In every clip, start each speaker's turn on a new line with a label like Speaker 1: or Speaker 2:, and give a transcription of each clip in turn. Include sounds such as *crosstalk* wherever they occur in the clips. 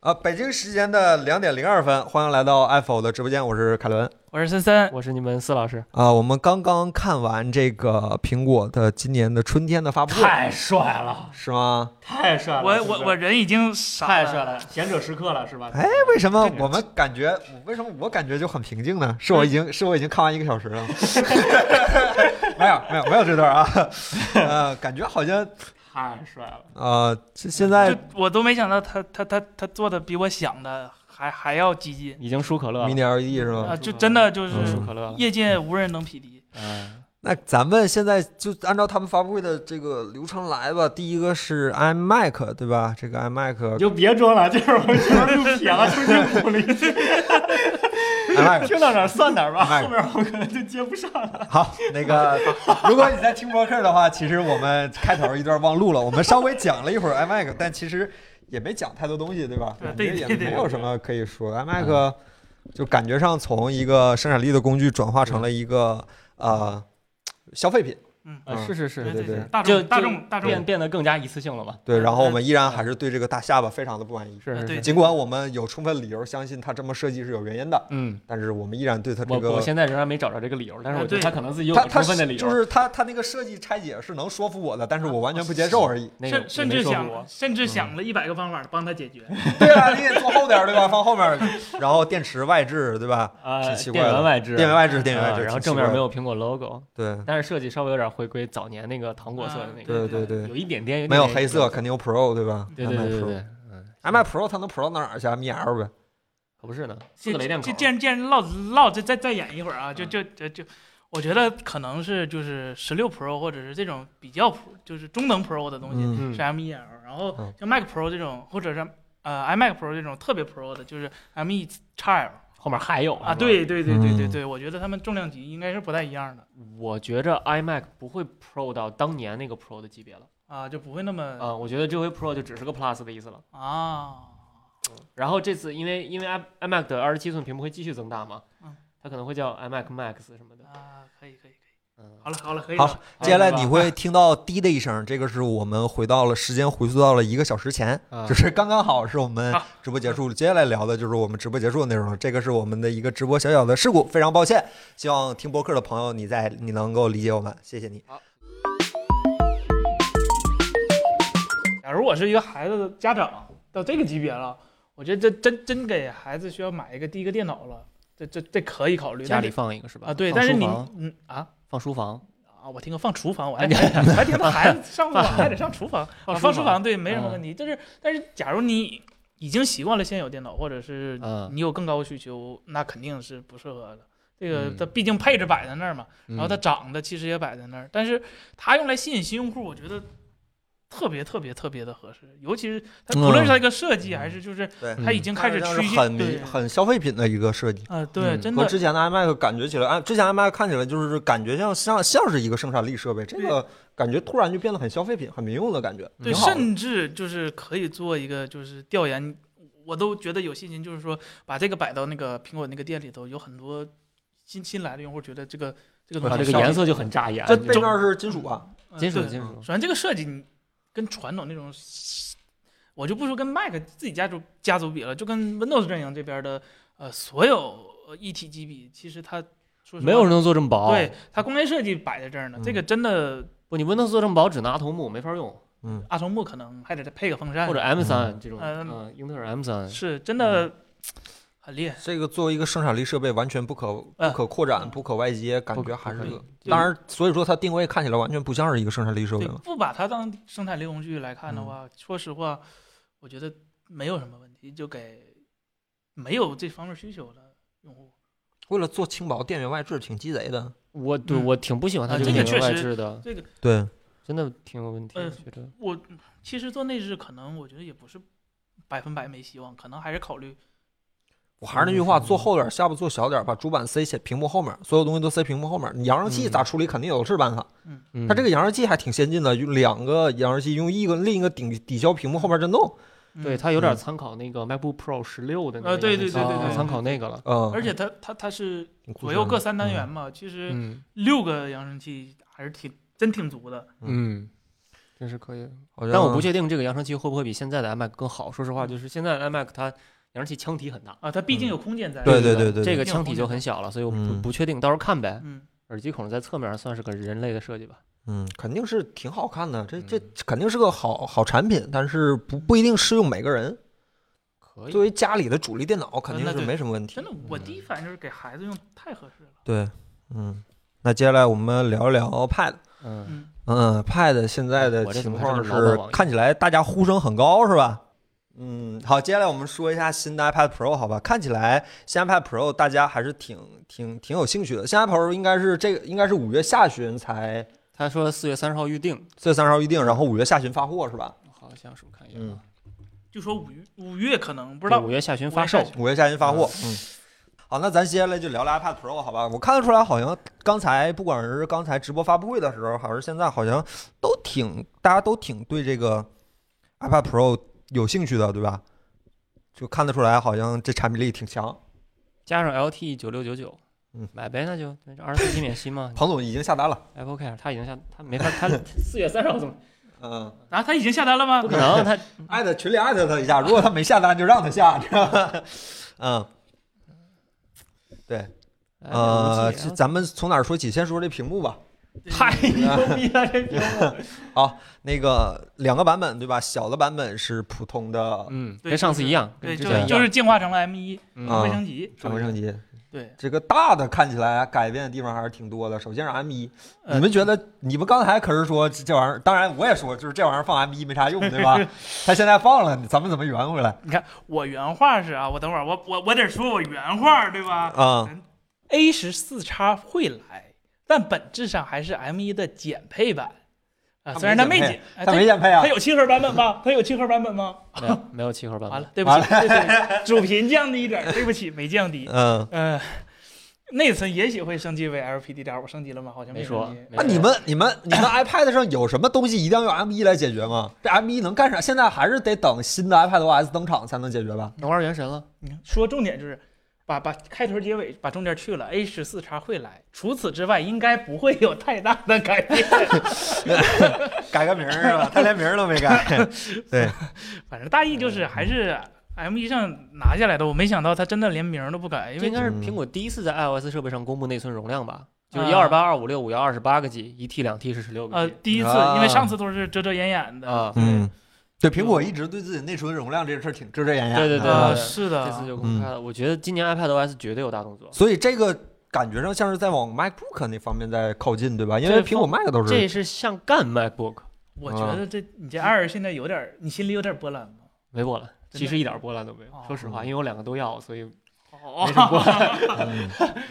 Speaker 1: 啊，北京时间的两点零二分，欢迎来到 Apple 的直播间，我是凯伦。
Speaker 2: 我是森森，
Speaker 3: *laughs* 我是你们四老师，
Speaker 1: 啊，我们刚刚看完这个苹果的今年的春天的发布会，
Speaker 3: 太帅了，
Speaker 1: 是吗？
Speaker 3: 太帅了！
Speaker 2: 我
Speaker 3: 是不是
Speaker 2: 我我人已经傻
Speaker 3: 太帅了，贤者时刻了是吧？
Speaker 1: 哎，为什么
Speaker 3: 这个
Speaker 1: 我们感觉，为什么我感觉就很平静呢？是我已经是我已经看完一个小时了，没有没有没有这段啊，呃，感觉好像
Speaker 3: 太帅了！
Speaker 1: 呃，这现在
Speaker 2: 就我都没想到他他他他做的比我想的还还要激进
Speaker 3: 已经输可乐了，
Speaker 1: mini LED 是
Speaker 3: 嗯
Speaker 2: 啊！
Speaker 1: 吗？
Speaker 2: 就真的就
Speaker 3: 已经
Speaker 2: 是
Speaker 3: 输可乐了。
Speaker 2: 业界无人能匹敌。
Speaker 3: 嗯，
Speaker 1: 那咱们现在就按照他们发布会的这个流程来吧。第一个是 iMac 对吧？这个 iMac
Speaker 3: 你就别装了，就是我就是录撇了，就硬补了一句，
Speaker 4: 哎
Speaker 1: iMac
Speaker 3: 听到哪儿算哪儿吧，
Speaker 1: 哎
Speaker 3: 后面我可能就接不上了。
Speaker 1: 好，那个，如果你在听播客的话，其实我们开头一段忘录了，我们稍微讲了一会儿 iMac，但其实也没讲太多东西，对吧？
Speaker 2: 对
Speaker 1: 感觉
Speaker 2: 对
Speaker 1: 也
Speaker 2: 对对
Speaker 1: 没有什么可以说。iMac 就感觉上从一个生产力的工具转化成了一个呃消费品，
Speaker 2: 嗯，
Speaker 1: 啊是
Speaker 3: 呃是
Speaker 1: 对对对
Speaker 2: 大
Speaker 3: 就
Speaker 2: 众大众大
Speaker 3: 变
Speaker 2: 众，
Speaker 3: 变得更加一次性了嘛？
Speaker 1: 对。然后我们依然
Speaker 3: 嗯
Speaker 1: 还是对这个大下巴非常的不满意，
Speaker 2: 是
Speaker 3: 是
Speaker 2: 是
Speaker 3: 是
Speaker 2: 对
Speaker 1: 尽管我们有充分理由相信它这么设计是有原因的，
Speaker 3: 嗯，
Speaker 1: 但是我们依然对它这
Speaker 3: 我我
Speaker 1: 个。
Speaker 3: 现在仍然没找着这个理由，但是我觉得
Speaker 2: 啊对
Speaker 3: 他可能自己有
Speaker 1: 它
Speaker 3: 很
Speaker 1: 它
Speaker 3: 充分的
Speaker 1: 是
Speaker 3: 理由，
Speaker 1: 就是它它那个设计拆解是能说服我的，但是我完全不接受
Speaker 3: *laughs*
Speaker 1: 而已。
Speaker 3: 那个
Speaker 2: 甚甚
Speaker 3: 没
Speaker 2: 至
Speaker 3: 说嗯过
Speaker 1: *laughs*
Speaker 2: 想甚至想了一百个方法帮他解决。
Speaker 1: 对啊，你得坐后点儿对吧？放后面儿，然后电池外置对吧？挺
Speaker 3: 呃
Speaker 1: 奇
Speaker 3: 电
Speaker 1: 怪的
Speaker 3: 源外置，
Speaker 1: 电源外置，电源
Speaker 3: 啊
Speaker 1: 外置，
Speaker 3: 然后
Speaker 1: 挺
Speaker 3: 正
Speaker 1: 奇
Speaker 3: 面
Speaker 1: 怪
Speaker 3: 没有苹果 logo，
Speaker 1: 的
Speaker 3: 但是设计稍微有点回归早年那个糖果色的那个，
Speaker 1: 对对啊对对，
Speaker 3: 有一点点
Speaker 1: 没有黑色，，肯定有 Pro 对吧？
Speaker 3: 对对对对对，嗯，
Speaker 1: iMac Pro 它能 Pro 到哪儿去？M L 呗。
Speaker 3: 可不是呢，四
Speaker 2: 这
Speaker 3: 个雷电口啊嗯
Speaker 2: 这，既然既然唠唠再再再演一会儿啊，就就就就，我觉得可能是就是十六 Pro 或者是这种比较 Pro 就是中等 Pro 的东西，
Speaker 1: 嗯，
Speaker 3: 嗯
Speaker 2: 是 M E L，然后
Speaker 1: 嗯
Speaker 2: 像 Mac Pro 这种，或者是呃 iMac Pro 这种特别 Pro 的，就是 M E x L
Speaker 3: 后面还有
Speaker 2: 啊，，对对对对对
Speaker 1: 嗯
Speaker 2: 对，我觉得他们重量级应该是不太一样的
Speaker 3: 是吧我觉着 iMac 不会 Pro 到当年那个 Pro 的级别了，
Speaker 2: 啊，就不会那么
Speaker 3: 啊，我觉得这回 Pro 就只是个 Plus 的意思了。
Speaker 2: 啊，
Speaker 3: 然后这次因为因为 i iMac 的二十七寸屏幕会继续增大嘛
Speaker 2: 嗯，
Speaker 3: 它可能会叫 iMac Max 什么的，
Speaker 2: 啊，可以可以可以，
Speaker 3: 嗯，
Speaker 2: 好了好了可以
Speaker 1: 好
Speaker 2: 了，
Speaker 1: 接下来你会听到滴的一声，这个是我们回到了时间，回溯到了一个小时前，
Speaker 3: 啊
Speaker 1: 就是刚刚好是我们
Speaker 2: 好
Speaker 1: 直播结束。接下来聊的就是我们直播结束的内容了，这个是我们的一个直播小小的事故，非常抱歉，希望听播客的朋友你在你能够理解我们，谢谢你。
Speaker 2: 假如我是一个孩子的家长，到这个级别了，我觉得这真真给孩子需要买一个第一个电脑了，这这这可以考虑，
Speaker 3: 家
Speaker 2: 但
Speaker 3: 里
Speaker 2: 是
Speaker 3: 放一个是吧？
Speaker 2: 啊对，
Speaker 3: 放
Speaker 2: 但是
Speaker 3: 书
Speaker 2: 你
Speaker 3: 房
Speaker 2: 嗯啊。
Speaker 3: 放书房，
Speaker 2: 啊，我听个放厨房，我还 *laughs* 我还听到孩子上网还得上厨房，啊
Speaker 3: 放
Speaker 2: *laughs* 放
Speaker 3: 厨
Speaker 2: 厨
Speaker 3: 房
Speaker 2: 房对嗯没什么问题，就是但是假如你已经习惯了现有电脑，或者是
Speaker 3: 嗯，
Speaker 2: 你有更高的需求，那肯定是不适合的。这个
Speaker 3: 嗯
Speaker 2: 它毕竟配置摆在那儿嘛，然后它
Speaker 3: 嗯
Speaker 2: 长得其实也摆在那儿，但是它用来吸引新用户，我觉得特别特别特别的合适，尤其是
Speaker 1: 嗯
Speaker 2: 它不论是它一个设计还是就是
Speaker 1: 对
Speaker 2: 它已经开始
Speaker 1: 看
Speaker 2: 趋
Speaker 1: 着像是
Speaker 2: 近
Speaker 1: 很迷
Speaker 2: 对
Speaker 1: 很消费品的一个设计。
Speaker 2: 啊对
Speaker 3: 嗯
Speaker 2: 真
Speaker 1: 和
Speaker 2: 的
Speaker 1: 之前的 iMac 感觉起来，哎，之前 iMac 看起来就是感觉像像像是一个生产力设备，这个感觉突然就变得很消费品、很民用的感觉，
Speaker 2: 对，
Speaker 1: 嗯挺好的。
Speaker 2: 甚至就是可以做一个就是调研，我都觉得有信心，就是说把这个摆到那个苹果那个店里头，有很多新新来的用户觉得这个这个
Speaker 3: 啊
Speaker 2: 东
Speaker 3: 这
Speaker 2: 西
Speaker 3: 个
Speaker 2: 上
Speaker 3: 颜色就很扎眼，
Speaker 1: 这
Speaker 3: 你知
Speaker 1: 背
Speaker 3: 道
Speaker 1: 面是金属啊，
Speaker 2: 呃
Speaker 3: 金属
Speaker 2: 对
Speaker 3: 金属，
Speaker 2: 首先这个设计你跟传统那种，我就不说跟 Mac 自己家族家族比了，就跟 Windows 阵营这边的呃所有呃一体机比，其实它说实话
Speaker 3: 没有人能哦嗯做这么薄。
Speaker 2: 对，它工业设计摆在这儿呢，这个真的
Speaker 3: 不，你 Windows 做这么薄，只拿头幕没法用，
Speaker 2: 阿童木可能还得再配个风扇，
Speaker 3: 或者嗯 M 三这种，
Speaker 2: 嗯
Speaker 3: 嗯，英特尔 M 三，
Speaker 2: 是真的很厉害。
Speaker 1: 这个作为一个生产力设备，完全不可不
Speaker 2: 嗯
Speaker 1: 可扩展、不可外接，感觉还是
Speaker 3: 不
Speaker 1: 个。
Speaker 2: 以
Speaker 1: 当然，所以说它定位看起来完全不像是一个生产力设备
Speaker 2: 对，
Speaker 1: 了。
Speaker 2: 不把它当生产力工具来
Speaker 4: 嗯
Speaker 2: 看的话，说实话，我觉得没有什么问题，就给没有这方面需求的用户。
Speaker 1: 为了做轻薄，电源外置挺鸡贼的。
Speaker 3: 我对
Speaker 2: 嗯
Speaker 3: 我挺不喜欢它
Speaker 2: 啊
Speaker 3: 这个
Speaker 2: 这个
Speaker 3: 内
Speaker 2: 确
Speaker 3: 容外
Speaker 2: 实
Speaker 3: 置的，
Speaker 2: 这个
Speaker 1: 对，
Speaker 3: 真的挺有问题，
Speaker 2: 呃
Speaker 3: 我觉得。
Speaker 2: 我其实做内置，可能我觉得也不是百分百没希望，可能还是考虑
Speaker 1: 我还是那句话，做厚点儿，下巴做小点儿，把主板塞显屏幕后面，所有东西都塞屏幕后面。你扬声器
Speaker 3: 嗯
Speaker 1: 咋处理肯定有是办法。
Speaker 3: 嗯
Speaker 1: 它这个扬声器还挺先进的，用两个扬声器用一个另一个顶抵消屏幕后面震动。
Speaker 3: 对
Speaker 2: 嗯
Speaker 3: 它有点参考那个 MacBook Pro 十六的那个
Speaker 2: 啊
Speaker 3: 样子，
Speaker 2: 对对对
Speaker 1: 对
Speaker 3: 啊
Speaker 1: 对对
Speaker 3: 参考那个了。
Speaker 1: 嗯，
Speaker 2: 而且它它它是
Speaker 1: 挺酷
Speaker 2: 左右
Speaker 1: 炫
Speaker 2: 各
Speaker 1: 的
Speaker 2: 三
Speaker 4: 嗯
Speaker 2: 单元嘛，其实
Speaker 3: 嗯
Speaker 2: 六个扬声器还是挺真挺足的。
Speaker 3: 嗯，
Speaker 4: 真是可以。
Speaker 1: 好像
Speaker 4: 但我不确定这个扬声器会不会比现在的 iMac 更好。说实话，就是现在的 iMac 它扬声器腔体很大，
Speaker 2: 啊，它毕竟有空间在。
Speaker 1: 对对对对
Speaker 4: 这个
Speaker 2: 一定
Speaker 4: 腔
Speaker 2: 有
Speaker 4: 体
Speaker 2: 空
Speaker 4: 就
Speaker 2: 间
Speaker 4: 很小了，所以我不
Speaker 1: 嗯
Speaker 4: 不确定，到时候看呗。
Speaker 2: 嗯，
Speaker 4: 耳机孔在侧面算是个人类的设计吧。
Speaker 1: 嗯，肯定是挺好看的，这这肯定是个好好产品，但是不不一定适用每个人。
Speaker 4: 可嗯
Speaker 1: 作为家里的主力电脑，肯定
Speaker 2: 那
Speaker 1: 是
Speaker 2: 对
Speaker 1: 没什么问题
Speaker 2: 真。的，我第一反应就是给孩子用太合适了。
Speaker 1: 对，嗯，那接下来我们聊一聊 Pad。
Speaker 4: 嗯，
Speaker 2: 嗯，
Speaker 1: 嗯，Pad 现在的
Speaker 4: 哎我这怎
Speaker 1: 情
Speaker 4: 么还
Speaker 1: 况
Speaker 4: 是个老板
Speaker 1: 是
Speaker 4: 网页
Speaker 1: 看起来大家呼声很高，是吧？嗯，好，接下来我们说一下新的 iPad Pro，好吧？看起来新 iPad Pro 大家还是挺挺挺有兴趣的。新 iPad Pro 应该是这个应该是五月下旬才
Speaker 4: 他说四月三十号预定，
Speaker 1: 四月三十号预定，然后五月下旬发货，是吧？
Speaker 4: 好像是我看一眼
Speaker 1: 嗯
Speaker 4: 啊，，
Speaker 2: 就说五月五月可能不
Speaker 4: 不
Speaker 2: 知道
Speaker 4: 五月下旬
Speaker 2: 五
Speaker 4: 发
Speaker 2: 月下
Speaker 4: 售。
Speaker 2: 旬
Speaker 1: 五月下旬发货。嗯，好，那咱接下来就聊聊 iPad Pro，好吧？我看得出来，好像刚才不管是刚才直播发布会的时候，还是现在，好像都挺大家都挺对这个 iPad Pro 有兴趣的，对吧？就看得出来，好像这产品力挺强。
Speaker 4: 加上 LTE 九六九九
Speaker 1: 嗯，
Speaker 4: 买呗，那就那就二十四 G 免息嘛。
Speaker 1: 彭总已经下单了，
Speaker 4: Apple Care 他已经下，他没法，他四月三十号怎么
Speaker 1: 嗯，
Speaker 2: 啊，他已经下单了吗
Speaker 4: 不？可能？他哎
Speaker 1: 艾特群里艾特他一下，如果他没下单，就让他下， *laughs* 知道吗？嗯，
Speaker 4: 哎
Speaker 1: 呃，
Speaker 4: 啊
Speaker 1: 这咱们从哪儿说起？先说这屏幕吧。
Speaker 4: *laughs* 太牛逼了，这屏幕。
Speaker 1: 那个两个版本对吧？小的版本是普通的
Speaker 4: 嗯，
Speaker 2: 对
Speaker 4: 跟上次
Speaker 2: 就是
Speaker 4: 一样，
Speaker 2: 对，
Speaker 4: 跟之
Speaker 2: 就
Speaker 4: 前
Speaker 2: 是
Speaker 4: 一
Speaker 2: 就
Speaker 4: 样
Speaker 2: 是进化成了 M 一
Speaker 4: 嗯
Speaker 1: 啊
Speaker 2: 会升级。
Speaker 1: 上回升级，
Speaker 2: 对，
Speaker 1: 这个大的看起来改变的地方还是挺多的。首先是 M 一，
Speaker 2: 呃
Speaker 1: 你们觉得你们刚才可是说这这玩意儿，当然我也说就是这玩意儿放 M 一没啥用对吧？ *laughs* 它现在放了，咱们怎么圆回来
Speaker 2: 我原话是啊，我等会儿我我我得说我原话对吧
Speaker 1: 啊？
Speaker 2: ？A 十四叉会来，但本质上还是 M 一的减配版啊，
Speaker 1: 它
Speaker 2: 虽然它
Speaker 1: 没
Speaker 2: 没
Speaker 1: 减
Speaker 2: 减，哎
Speaker 1: 它没减配啊
Speaker 2: 它？有七核版本
Speaker 1: *laughs*
Speaker 2: 吗？它有七核版本吗？
Speaker 4: 没有没有七核
Speaker 1: 嗯
Speaker 4: 版
Speaker 2: 完
Speaker 4: 本。
Speaker 2: 了，对不起，对不起，主频降低一点，对不起，没降低。
Speaker 1: 嗯，
Speaker 2: 呃，内存也许会升级为 LPD 点五，升级了吗？好像
Speaker 4: 没
Speaker 2: 升
Speaker 4: 说
Speaker 2: 级，
Speaker 4: 没
Speaker 1: 那
Speaker 4: 说
Speaker 1: 啊你们你们 *coughs* 你们 iPad 上有什么东西一定要用 M 一来解决吗？这 M 一能干啥？现在还是得等新的 iPad OS 登场才能解决吧？
Speaker 4: 能玩原神了，
Speaker 2: 你看说重点就是把把开头结尾把中间去了，A 十四叉会来，除此之外应该不会有太大的改变。
Speaker 1: *laughs*
Speaker 2: *laughs*
Speaker 1: 改个名儿是 *laughs* 吧？他连名儿都没改。对，
Speaker 2: 反正大意就是还是 M 1上拿下来的，我没想到他真的连名儿都不改，因
Speaker 4: 这
Speaker 2: 为
Speaker 4: 应该是
Speaker 1: 嗯
Speaker 4: 苹果第一次在 iOS 设备上公布内存容量吧？就是幺
Speaker 2: 啊
Speaker 4: 二八、二五六、五幺二十八个 G，一 T 两 T 是十六
Speaker 2: 呃
Speaker 4: 个 G。
Speaker 2: 第一次，
Speaker 1: 啊
Speaker 2: 因为上次都是遮遮掩掩的
Speaker 4: 啊
Speaker 1: 嗯，对，苹果一直对自己内存容量这个事儿挺遮遮掩掩的。
Speaker 4: 对对对
Speaker 2: 啊，
Speaker 4: 对
Speaker 2: 是
Speaker 4: 这次
Speaker 2: 的，
Speaker 4: 就
Speaker 1: 嗯
Speaker 4: 公开了，我觉得今年 iPadOS 绝对有大动作。
Speaker 1: 所以这个感觉上像是在往 MacBook 那方面在靠近，对吧？因为
Speaker 4: 这
Speaker 1: 苹果 Mac 都是
Speaker 4: 这是像干 MacBook，
Speaker 2: 我觉得这你这二现在有点儿，你心里有点波澜吗？
Speaker 4: 没波澜，
Speaker 2: 的
Speaker 4: 其实一点波澜都没有
Speaker 2: 哦。
Speaker 4: 说实话，因为我两个都要，所以
Speaker 2: 哦
Speaker 4: 没什么波澜。
Speaker 1: 嗯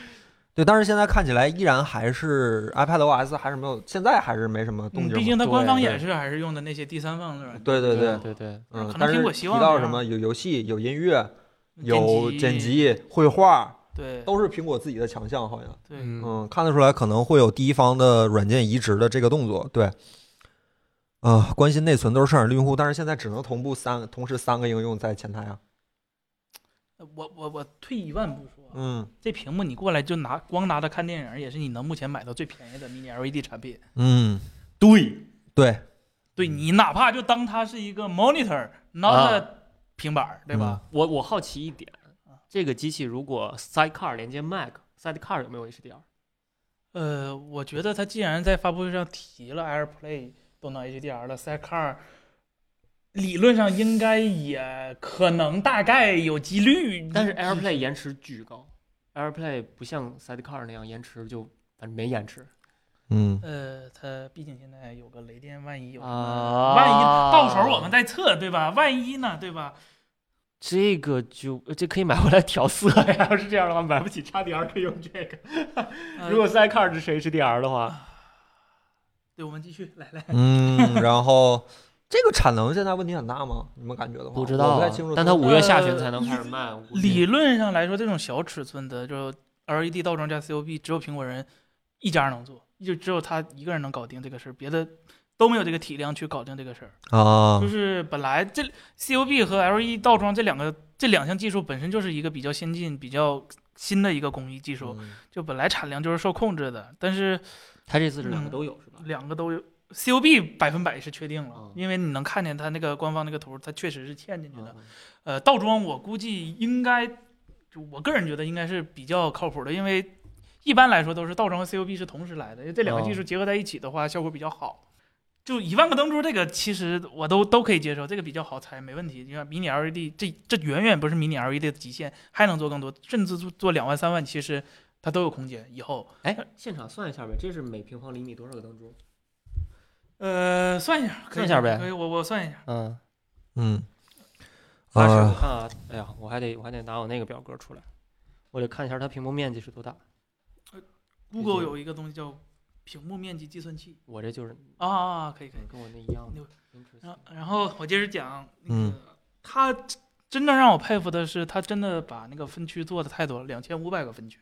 Speaker 1: 对，但是现在看起来依然还是 iPad OS 还是没有，现在还是没什么动
Speaker 2: 嗯，
Speaker 1: 静嘛。
Speaker 2: 毕竟它官方
Speaker 4: 对
Speaker 2: 演示还是用的那些第三方的软件，
Speaker 1: 对对对
Speaker 4: 对，对对，
Speaker 1: 嗯
Speaker 2: 可，能
Speaker 1: 但
Speaker 2: 苹
Speaker 1: 是
Speaker 2: 果
Speaker 1: 提
Speaker 2: 希望
Speaker 1: 到
Speaker 2: 这
Speaker 1: 什
Speaker 2: 样
Speaker 1: 么有游戏、有音乐、有剪
Speaker 2: 剪，
Speaker 1: 辑、绘画，
Speaker 2: 对
Speaker 1: 都是苹果自己的强项，好像。
Speaker 2: 对，
Speaker 4: 嗯，
Speaker 1: 嗯，看得出来可能会有第一方的软件移植的这个动作，对。啊、关心内存都是生产力用户，但是现在只能同步三同时三个应用在前台啊。
Speaker 2: 我我我退一万步说啊，
Speaker 1: 嗯
Speaker 2: 这屏幕你过来就拿光拿它看电影，也是你能目前买到最便宜的 mini LED E 产品。
Speaker 1: 嗯，
Speaker 4: 对，
Speaker 1: 对，
Speaker 2: 对你哪怕就当它是一个 monitor，not
Speaker 4: 嗯啊
Speaker 2: a 平板儿，对吧？
Speaker 4: 我我好奇一点，这个机器如果 Sidecar 连接 Mac，Sidecar 有没有 HDR？嗯
Speaker 2: 呃，我觉得它既然在发布会上提了 AirPlay 都能 HDR 了，Sidecar 理论上应该也可能大概有几率，
Speaker 4: 但是 AirPlay 延迟巨高，AirPlay 不像 Sidecar 那样延迟就反正没延迟。
Speaker 1: 嗯
Speaker 2: 呃，它毕竟现在有个雷电，万一有什么
Speaker 4: 啊
Speaker 2: 万一到时候我们再测，对吧？万一呢，对吧？
Speaker 4: 这个就这可以买回来调色呀。 *laughs* 要是这样的话，买不起 XDR 可以用这个。
Speaker 2: 呃
Speaker 4: 如果 Sidecar 支持 HDR 的话，
Speaker 2: 对，我们继续来来，
Speaker 1: 嗯，然后这个产能现在问题很大吗？你们感觉的话，
Speaker 4: 不知道
Speaker 1: 我不太
Speaker 4: 啊
Speaker 1: 清楚。，
Speaker 4: 但它五月下旬
Speaker 2: 呃
Speaker 4: 才能开始卖。我估计
Speaker 2: 理论上来说，这种小尺寸的就 E LED 倒装加 COB，只有苹果人一家能做，就只有他一个人能搞定这个事儿，别的都没有这个体量去搞定这个事儿。
Speaker 1: 啊
Speaker 2: 就，是本来这 COB 和 E LED 倒装这两个这两项技术本身就是一个比较先进、比较新的一个工艺技术，
Speaker 1: 嗯
Speaker 2: 就本来产量就是受控制的，但是嗯
Speaker 4: 它这次是两个都有是吧？
Speaker 2: 两个都有， COB 百分百是确定了
Speaker 4: 嗯，
Speaker 2: 因为你能看见它那个官方那个图，它确实是嵌进去
Speaker 4: 嗯
Speaker 2: 的。呃，倒装我估计应该，就我个人觉得应该是比较靠谱的，因为一般来说都是倒装和 COB 是同时来的，因为这两个技
Speaker 4: 嗯
Speaker 2: 术结合在一起的话，效果比较好。就一万个灯珠这个，其实我都都可以接受，这个比较好猜，没问题。你看迷你 LED 这这远远不是迷你 LED 的极限，还能做更多，甚至做做两万三万，其实它都有空间。以后
Speaker 4: 哎，现场算一下呗，这是每平方厘米多少个灯珠？
Speaker 2: 呃，算一下，可以
Speaker 4: 算一下呗
Speaker 2: 可以，我我算一下，
Speaker 4: 嗯，
Speaker 1: 嗯，
Speaker 4: 八十，
Speaker 1: 呃
Speaker 4: 我看啊，哎呀，我还得我还得拿我那个表格出来，我得看一下它屏幕面积是多大。
Speaker 2: Google 有一个东西叫屏幕面积计算器
Speaker 4: 我这就是
Speaker 2: 啊啊，啊可以可以
Speaker 4: 嗯。跟我那一样的
Speaker 2: 牛。然后然后我接着讲，那
Speaker 1: 嗯
Speaker 2: 个他真正让我佩服的是，他真的把那个分区做的太多了，两千五百个分区。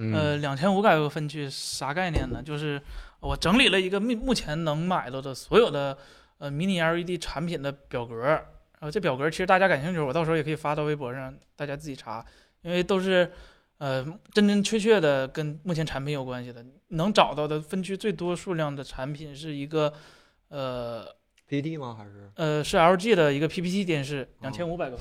Speaker 4: 嗯
Speaker 2: 呃，两千五百个分区啥概念呢？就是我整理了一个目目前能买到的所有的呃迷你 LED 产品的表格，然后这表格其实大家感兴趣，我到时候也可以发到微博上，大家自己查，因为都是呃真真确确的跟目前产品有关系的，能找到的分区最多数量的产品是一个呃
Speaker 1: PPT 吗？还是
Speaker 2: 呃，是 LG 的一个 PPT 电视，两千五百个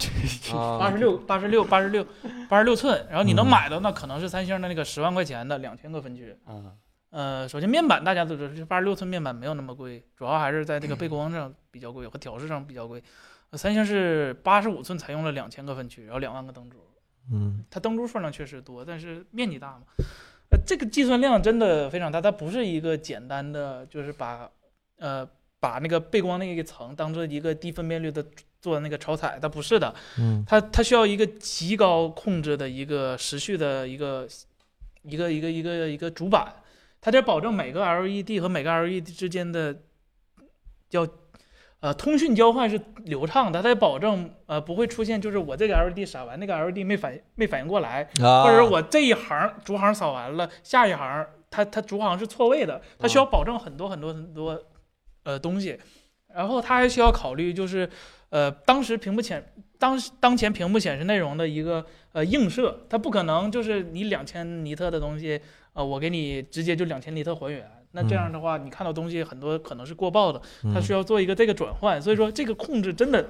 Speaker 2: 瓦，八
Speaker 1: 八
Speaker 2: 十？六、八十六、八十六、八十六寸，然后你能
Speaker 1: 啊嗯
Speaker 2: 买到那可能是三星的那个十万块钱的两千个分区。
Speaker 4: 啊，
Speaker 2: 呃，首先面板大家都知道，八十六寸面板没有那么贵，主要还是在这个背光上比较贵和调试上比较贵。呃三星是八十五寸采用了两千个分区，然后两万个灯珠，
Speaker 1: 嗯
Speaker 2: 它灯珠数量确实多，但是面积大嘛，呃，这个计算量真的非常大，它不是一个简单的就是把呃把那个背光那一层当做一个低分辨率的做那个超彩，它不是的，
Speaker 1: 嗯
Speaker 2: *laughs* 它它需要一个极高控制的一个持续的一个一个一个一个一个主板，它得保证每个 LED 和每个 LED 之间的叫呃通讯交换是流畅的，它得保证呃不会出现就是我这个 LED 闪完，那个 LED 没反没反应过来，
Speaker 1: 啊，
Speaker 2: 或者我这一行逐行扫完了，下一行它它逐行是错位的，它
Speaker 4: 啊
Speaker 2: 需要保证很多很多很多呃东西，然后它还需要考虑就是呃当时屏幕显当时当前屏幕显示内容的一个呃映射，它不可能就是你两千尼特的东西，呃我给你直接就两千尼特还原。那这
Speaker 4: 嗯
Speaker 2: 样的话，你看到东西很多可能是过曝的，它需
Speaker 1: 要
Speaker 2: 要做一个这个转换，所以说这个控制真的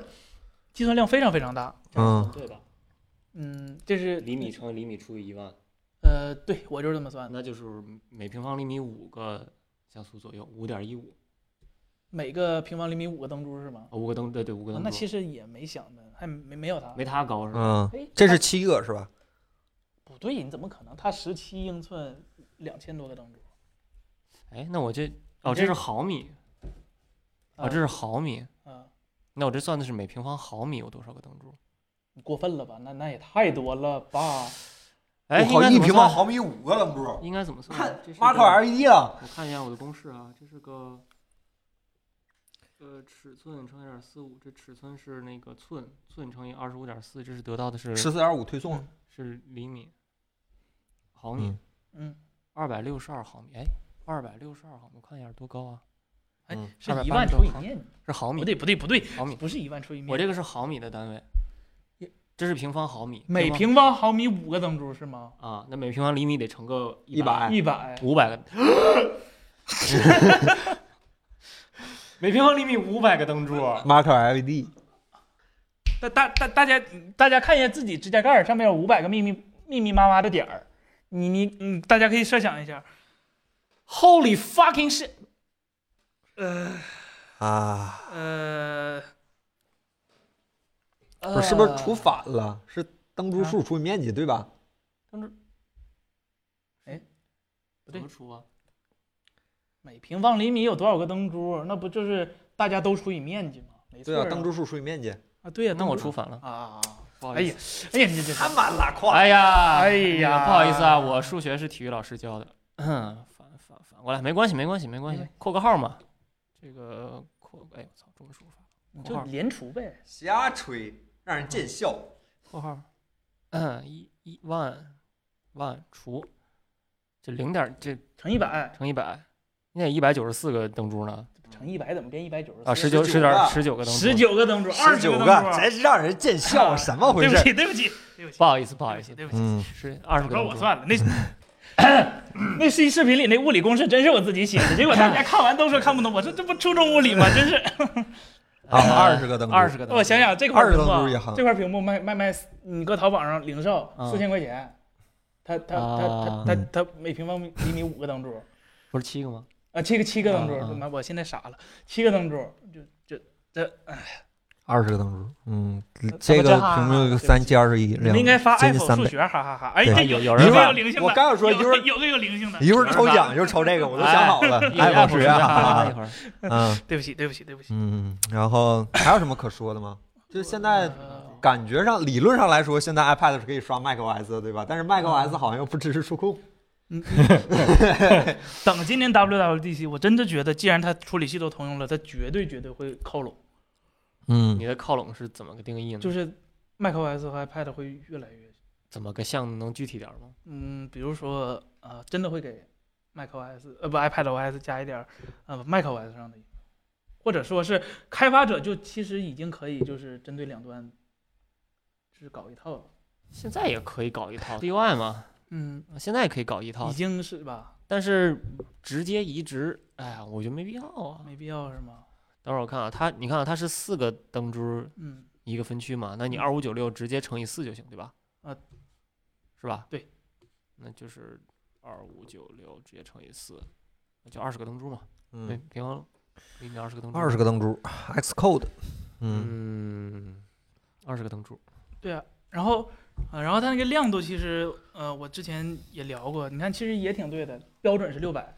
Speaker 2: 计算量非常非常大。
Speaker 1: 嗯
Speaker 4: 对吧？
Speaker 2: 嗯，这是
Speaker 4: 厘米乘以厘米除以一万，
Speaker 2: 呃，对我就是这么算的。
Speaker 4: 那就是每平方厘米五个像素左右，五点一五，
Speaker 2: 每个平方厘米五个灯珠是吗？
Speaker 4: 哦五个灯，对对，五个
Speaker 2: 啊
Speaker 4: 灯
Speaker 2: 那
Speaker 4: 珠。
Speaker 2: 其实也没想的，还没没有它。
Speaker 4: 没它高是吧？
Speaker 1: 嗯，
Speaker 2: 哎，
Speaker 1: 这
Speaker 2: 它
Speaker 1: 是七个是吧？
Speaker 2: 不对，你怎么可能？它十七英寸，两千多个灯珠。
Speaker 4: 哎，那我这哦，
Speaker 2: 你
Speaker 4: 这
Speaker 2: 这
Speaker 4: 是毫米，哦，
Speaker 2: 啊
Speaker 4: 这是毫米，
Speaker 2: 啊，
Speaker 4: 那我这算的是每平方毫米有多少个灯珠？
Speaker 2: 你过分了吧？那那也太多了吧？
Speaker 4: 哎，
Speaker 1: 我靠，
Speaker 4: 应该
Speaker 1: 一
Speaker 4: 怎么
Speaker 1: 平方
Speaker 4: 算
Speaker 1: 毫米五个灯珠，
Speaker 4: 应该怎么算？这是
Speaker 1: 马
Speaker 4: 个
Speaker 1: 可 LED 了。
Speaker 4: 我看一下我的公式啊，这是个，呃，尺寸乘以点四五，这尺寸是那个寸，寸乘以二十五点四，这是得到的是
Speaker 1: 十四点五推送，
Speaker 4: 是厘米，毫米
Speaker 1: 嗯，
Speaker 2: 嗯，
Speaker 4: 二百六十二毫米，哎，二百六十二毫米，我看一下多高啊？
Speaker 2: 哎
Speaker 1: 嗯，
Speaker 2: 是
Speaker 4: 280
Speaker 2: 一万除以
Speaker 4: 乘
Speaker 2: 面，
Speaker 4: 是毫米
Speaker 2: 不，对不对不对，
Speaker 4: 毫米，
Speaker 2: 不是一万除以面，
Speaker 4: 我这个是毫米的单位
Speaker 2: 也，
Speaker 4: 这是平方毫米，
Speaker 2: 每
Speaker 4: 方
Speaker 2: 平方毫米五个灯珠是吗？
Speaker 4: 啊，那每平方厘米得乘个
Speaker 1: 一百
Speaker 2: 一百，
Speaker 4: 五 *laughs* 百个，每平方厘米五百个灯珠，
Speaker 1: 马可 E LED，
Speaker 2: 大大大大家大家看一下自己指甲盖儿上面有五百个密密密密麻麻的点儿，你你嗯，大家可以设想一下，Holy fucking shit！呃
Speaker 1: 啊，
Speaker 2: 呃，
Speaker 1: 不是是不
Speaker 4: 呃
Speaker 1: 是除反了？是灯珠
Speaker 2: 啊
Speaker 1: 数除以面积对吧？
Speaker 2: 不
Speaker 4: 怎
Speaker 2: 对
Speaker 4: 么除啊？
Speaker 2: 每平方厘米有多少个灯珠？那不就是大家都除以面积吗？没错
Speaker 1: 对
Speaker 2: 儿
Speaker 1: 啊，
Speaker 2: 啊，
Speaker 1: 灯珠数除以面积。
Speaker 2: 啊，对呀、
Speaker 4: 那我
Speaker 2: 灯珠
Speaker 4: 除反了，
Speaker 2: 啊啊啊！
Speaker 4: 不好
Speaker 2: 哎
Speaker 4: 意
Speaker 2: 呀
Speaker 4: 思。，
Speaker 2: 哎呀，你这这
Speaker 1: 满拉胯。
Speaker 4: 哎呀，
Speaker 2: 哎
Speaker 4: 那个
Speaker 2: 呀
Speaker 4: 不好意思啊，我数学是体育老师教的， *clears throat* 反反反过来，没关系，没关系，没关
Speaker 2: 没
Speaker 4: 系
Speaker 2: 关，
Speaker 4: 扣个号嘛。这个扣，哎呦，我操，中文输入法，
Speaker 2: 你
Speaker 4: 括
Speaker 2: 就
Speaker 4: 号
Speaker 2: 连除呗。
Speaker 1: 瞎吹，让人见笑。
Speaker 4: 括号，嗯，一一万万除，这零点这
Speaker 2: 乘一百，
Speaker 4: 乘一百，你得一百九十四个灯珠呢
Speaker 2: 乘一百怎么变一百九十
Speaker 4: 啊，
Speaker 1: 19
Speaker 4: 十九十点十
Speaker 1: 19
Speaker 4: 九个灯
Speaker 2: 十九个啊灯珠，
Speaker 4: 珠，
Speaker 2: 二
Speaker 1: 十
Speaker 2: 十
Speaker 1: 九
Speaker 2: 灯
Speaker 1: 个，
Speaker 2: 珠，
Speaker 1: 真是让人见笑，什么回
Speaker 2: 对不
Speaker 1: 事？
Speaker 2: 起，对不起，对不起，
Speaker 4: 不好意思，不
Speaker 2: 不
Speaker 4: 好意思，
Speaker 2: 对不起，
Speaker 1: 嗯，
Speaker 4: 是二十个
Speaker 2: 找
Speaker 4: 灯
Speaker 2: 我
Speaker 4: 珠，
Speaker 2: 算了，那那视视频里那物理公式真是我自己写的，结果
Speaker 4: *laughs*
Speaker 2: 大家看完都说看不懂，我说这不初中物理吗？真是，
Speaker 1: 啊，
Speaker 4: 呃
Speaker 1: 二十个灯珠，
Speaker 4: 二十个灯，
Speaker 2: 我想，想这块
Speaker 1: 二十
Speaker 2: 屏
Speaker 1: 分钟一
Speaker 2: 幕啊
Speaker 1: 行，
Speaker 2: 这块屏幕卖卖卖，你搁淘宝上零售
Speaker 1: 啊
Speaker 4: 嗯
Speaker 2: 四千块钱，它它它
Speaker 4: 啊
Speaker 2: 它它它每平方厘米五个灯珠，
Speaker 4: 不是七个吗？ *laughs*
Speaker 2: 啊，七个七个灯珠，
Speaker 4: 嗯嗯
Speaker 2: 他妈我现在傻了，七个灯珠就就这，哎
Speaker 1: 二十个灯珠，嗯，
Speaker 4: 这
Speaker 1: 这
Speaker 4: 个
Speaker 1: 个
Speaker 4: 哈
Speaker 1: 屏幕有三加二一，
Speaker 2: 你
Speaker 1: 两
Speaker 2: 们应该发
Speaker 1: 接
Speaker 2: 爱
Speaker 1: 近
Speaker 2: 否
Speaker 1: 三
Speaker 2: 数
Speaker 1: 倍。
Speaker 2: 学，哈哈哈！哎，
Speaker 1: 对
Speaker 2: 这
Speaker 4: 啊
Speaker 2: 有
Speaker 4: 有有
Speaker 2: 人
Speaker 4: 人
Speaker 2: 有
Speaker 4: 吧
Speaker 2: 灵性的，
Speaker 1: 我刚想说一
Speaker 2: 有
Speaker 1: 会儿
Speaker 2: 个有个有灵性的，
Speaker 1: 一会儿抽
Speaker 2: 有人吧
Speaker 1: 奖就抽这个，我都想好了，
Speaker 4: 哎
Speaker 1: 爱否数学，
Speaker 4: 哎
Speaker 1: 哈哈
Speaker 4: 哎
Speaker 1: *laughs*
Speaker 4: 哎一
Speaker 1: 哈
Speaker 4: 会儿
Speaker 1: 啊嗯
Speaker 2: 对不起对不起对不起，
Speaker 1: 嗯，然后还有什么可说的吗？就是现在
Speaker 2: 呃
Speaker 1: 感觉上，理论上来说，现在 iPad 是可以刷 macOS 的，对吧？但是 macOS 好像又不支持触控。
Speaker 2: 嗯，等今年 WWDC，我真的觉得，既然它处理器都通用了，它绝对绝对会靠拢，
Speaker 1: 嗯
Speaker 4: 你的靠拢是怎么个定义呢？
Speaker 2: 就是 macOS 和 iPad 会越来越，
Speaker 4: 怎么个像能具体点儿吗？
Speaker 2: 嗯，比如说啊、呃真的会给 macOS 呃不 iPadOS 加一点儿呃 macOS 上的，或者说是开发者就其实已经可以就是针对两端，就是搞一套了，
Speaker 4: 现在也可以搞一套 DUI 嘛，
Speaker 2: 嗯，
Speaker 4: 现在也可以搞一套
Speaker 2: 已，经是吧，
Speaker 4: 但是直接移植，哎呀，我觉得没必要啊。
Speaker 2: 没必要是吗？
Speaker 4: 等会儿我看啊，它你看啊，它是四个灯珠
Speaker 2: 嗯，
Speaker 4: 一个分区嘛，那你
Speaker 2: 嗯
Speaker 4: 二五九六直接乘以四就行，对吧？
Speaker 2: 啊，
Speaker 4: 是吧？
Speaker 2: 对，
Speaker 4: 那就是二五九六直接乘以四，那就二十个灯珠嘛，对
Speaker 1: 嗯，，
Speaker 4: 平方厘米二十个灯珠，
Speaker 1: 二十个灯珠，Xcode，嗯
Speaker 4: 嗯，二十个灯珠，
Speaker 2: 对啊，然后，呃，然后它那个亮度其实，呃，我之前也聊过，你看其实也挺对的，标准是六百，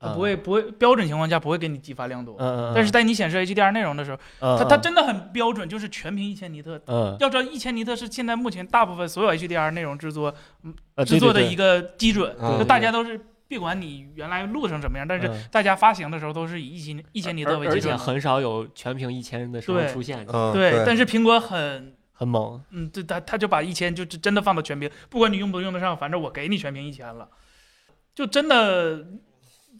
Speaker 2: 它不会不会标准情况下不会给你激发亮度，
Speaker 4: 嗯，嗯，嗯嗯
Speaker 2: 但是在你显示 HDR 内容的时候，
Speaker 4: 它
Speaker 2: 它它真的很标准，就是全屏一千尼特。
Speaker 4: 嗯
Speaker 2: 要知道一千尼特是现在目前大部分所有 HDR 内容制作
Speaker 4: 呃
Speaker 2: 制作的一
Speaker 4: 个，
Speaker 2: 个基准，
Speaker 1: 对对
Speaker 2: 就大
Speaker 4: 对
Speaker 2: 家都是别管你原来录成什么样，但是
Speaker 4: 嗯
Speaker 2: 大家发行的时候都是以一千一千尼特为
Speaker 4: 而而
Speaker 2: 基
Speaker 4: 且
Speaker 2: 准的。
Speaker 4: 很少有全屏一千的时候
Speaker 2: 对
Speaker 4: 出现，
Speaker 1: 嗯，
Speaker 2: 对，但是苹果很
Speaker 4: 很猛。
Speaker 2: 嗯，对，他他就把一千就真的放到全屏，不管你用不用得上，反正我给你全屏一千了，就真的，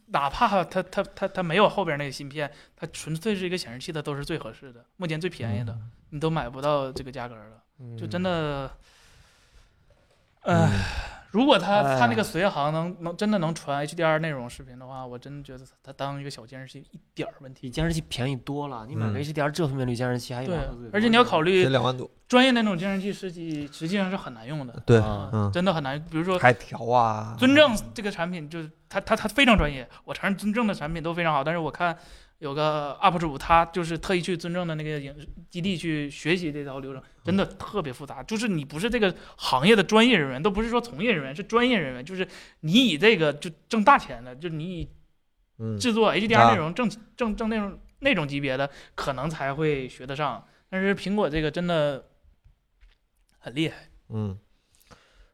Speaker 2: 哪怕他他他他没有后边那个芯片，它纯粹是一个显示器，它都是最合适的，目前最便宜的，你都买不到这个价格了，就真的，
Speaker 1: 嗯
Speaker 2: 呃，如果他他那个随行能能真的能传 HDR 内容视频的话，我真的觉得它当一个小监视器一点儿问
Speaker 4: 比
Speaker 2: 题。
Speaker 4: 监视器便宜多了，你买个
Speaker 1: 嗯
Speaker 4: HDR 这分辨率监视器还有
Speaker 2: 对
Speaker 4: 啥子，
Speaker 2: 而且你要考虑
Speaker 1: 这两万多，
Speaker 2: 专业那种监视器实际实际上是很难用的。
Speaker 1: 对，
Speaker 4: 啊
Speaker 1: 嗯
Speaker 2: 真的很难。比如说
Speaker 1: 还调啊，
Speaker 2: 尊正这个产品，就是它它它非常专业，我承认尊正的产品都非常好，但是我看有个 UP 主，他就是特意去尊正的那个影视基地去学习这套流程，
Speaker 1: 嗯
Speaker 2: 真的特别复杂。就是你不是这个行业的专业人员，都不是说从业人员，是专业人员，就是你以这个就挣大钱的，就是你以
Speaker 1: 嗯，
Speaker 2: 制作
Speaker 1: 啊
Speaker 2: HDR 内容挣挣挣那种那种级别的，可能才会学得上。但是苹果这个真的很厉害，
Speaker 1: 嗯，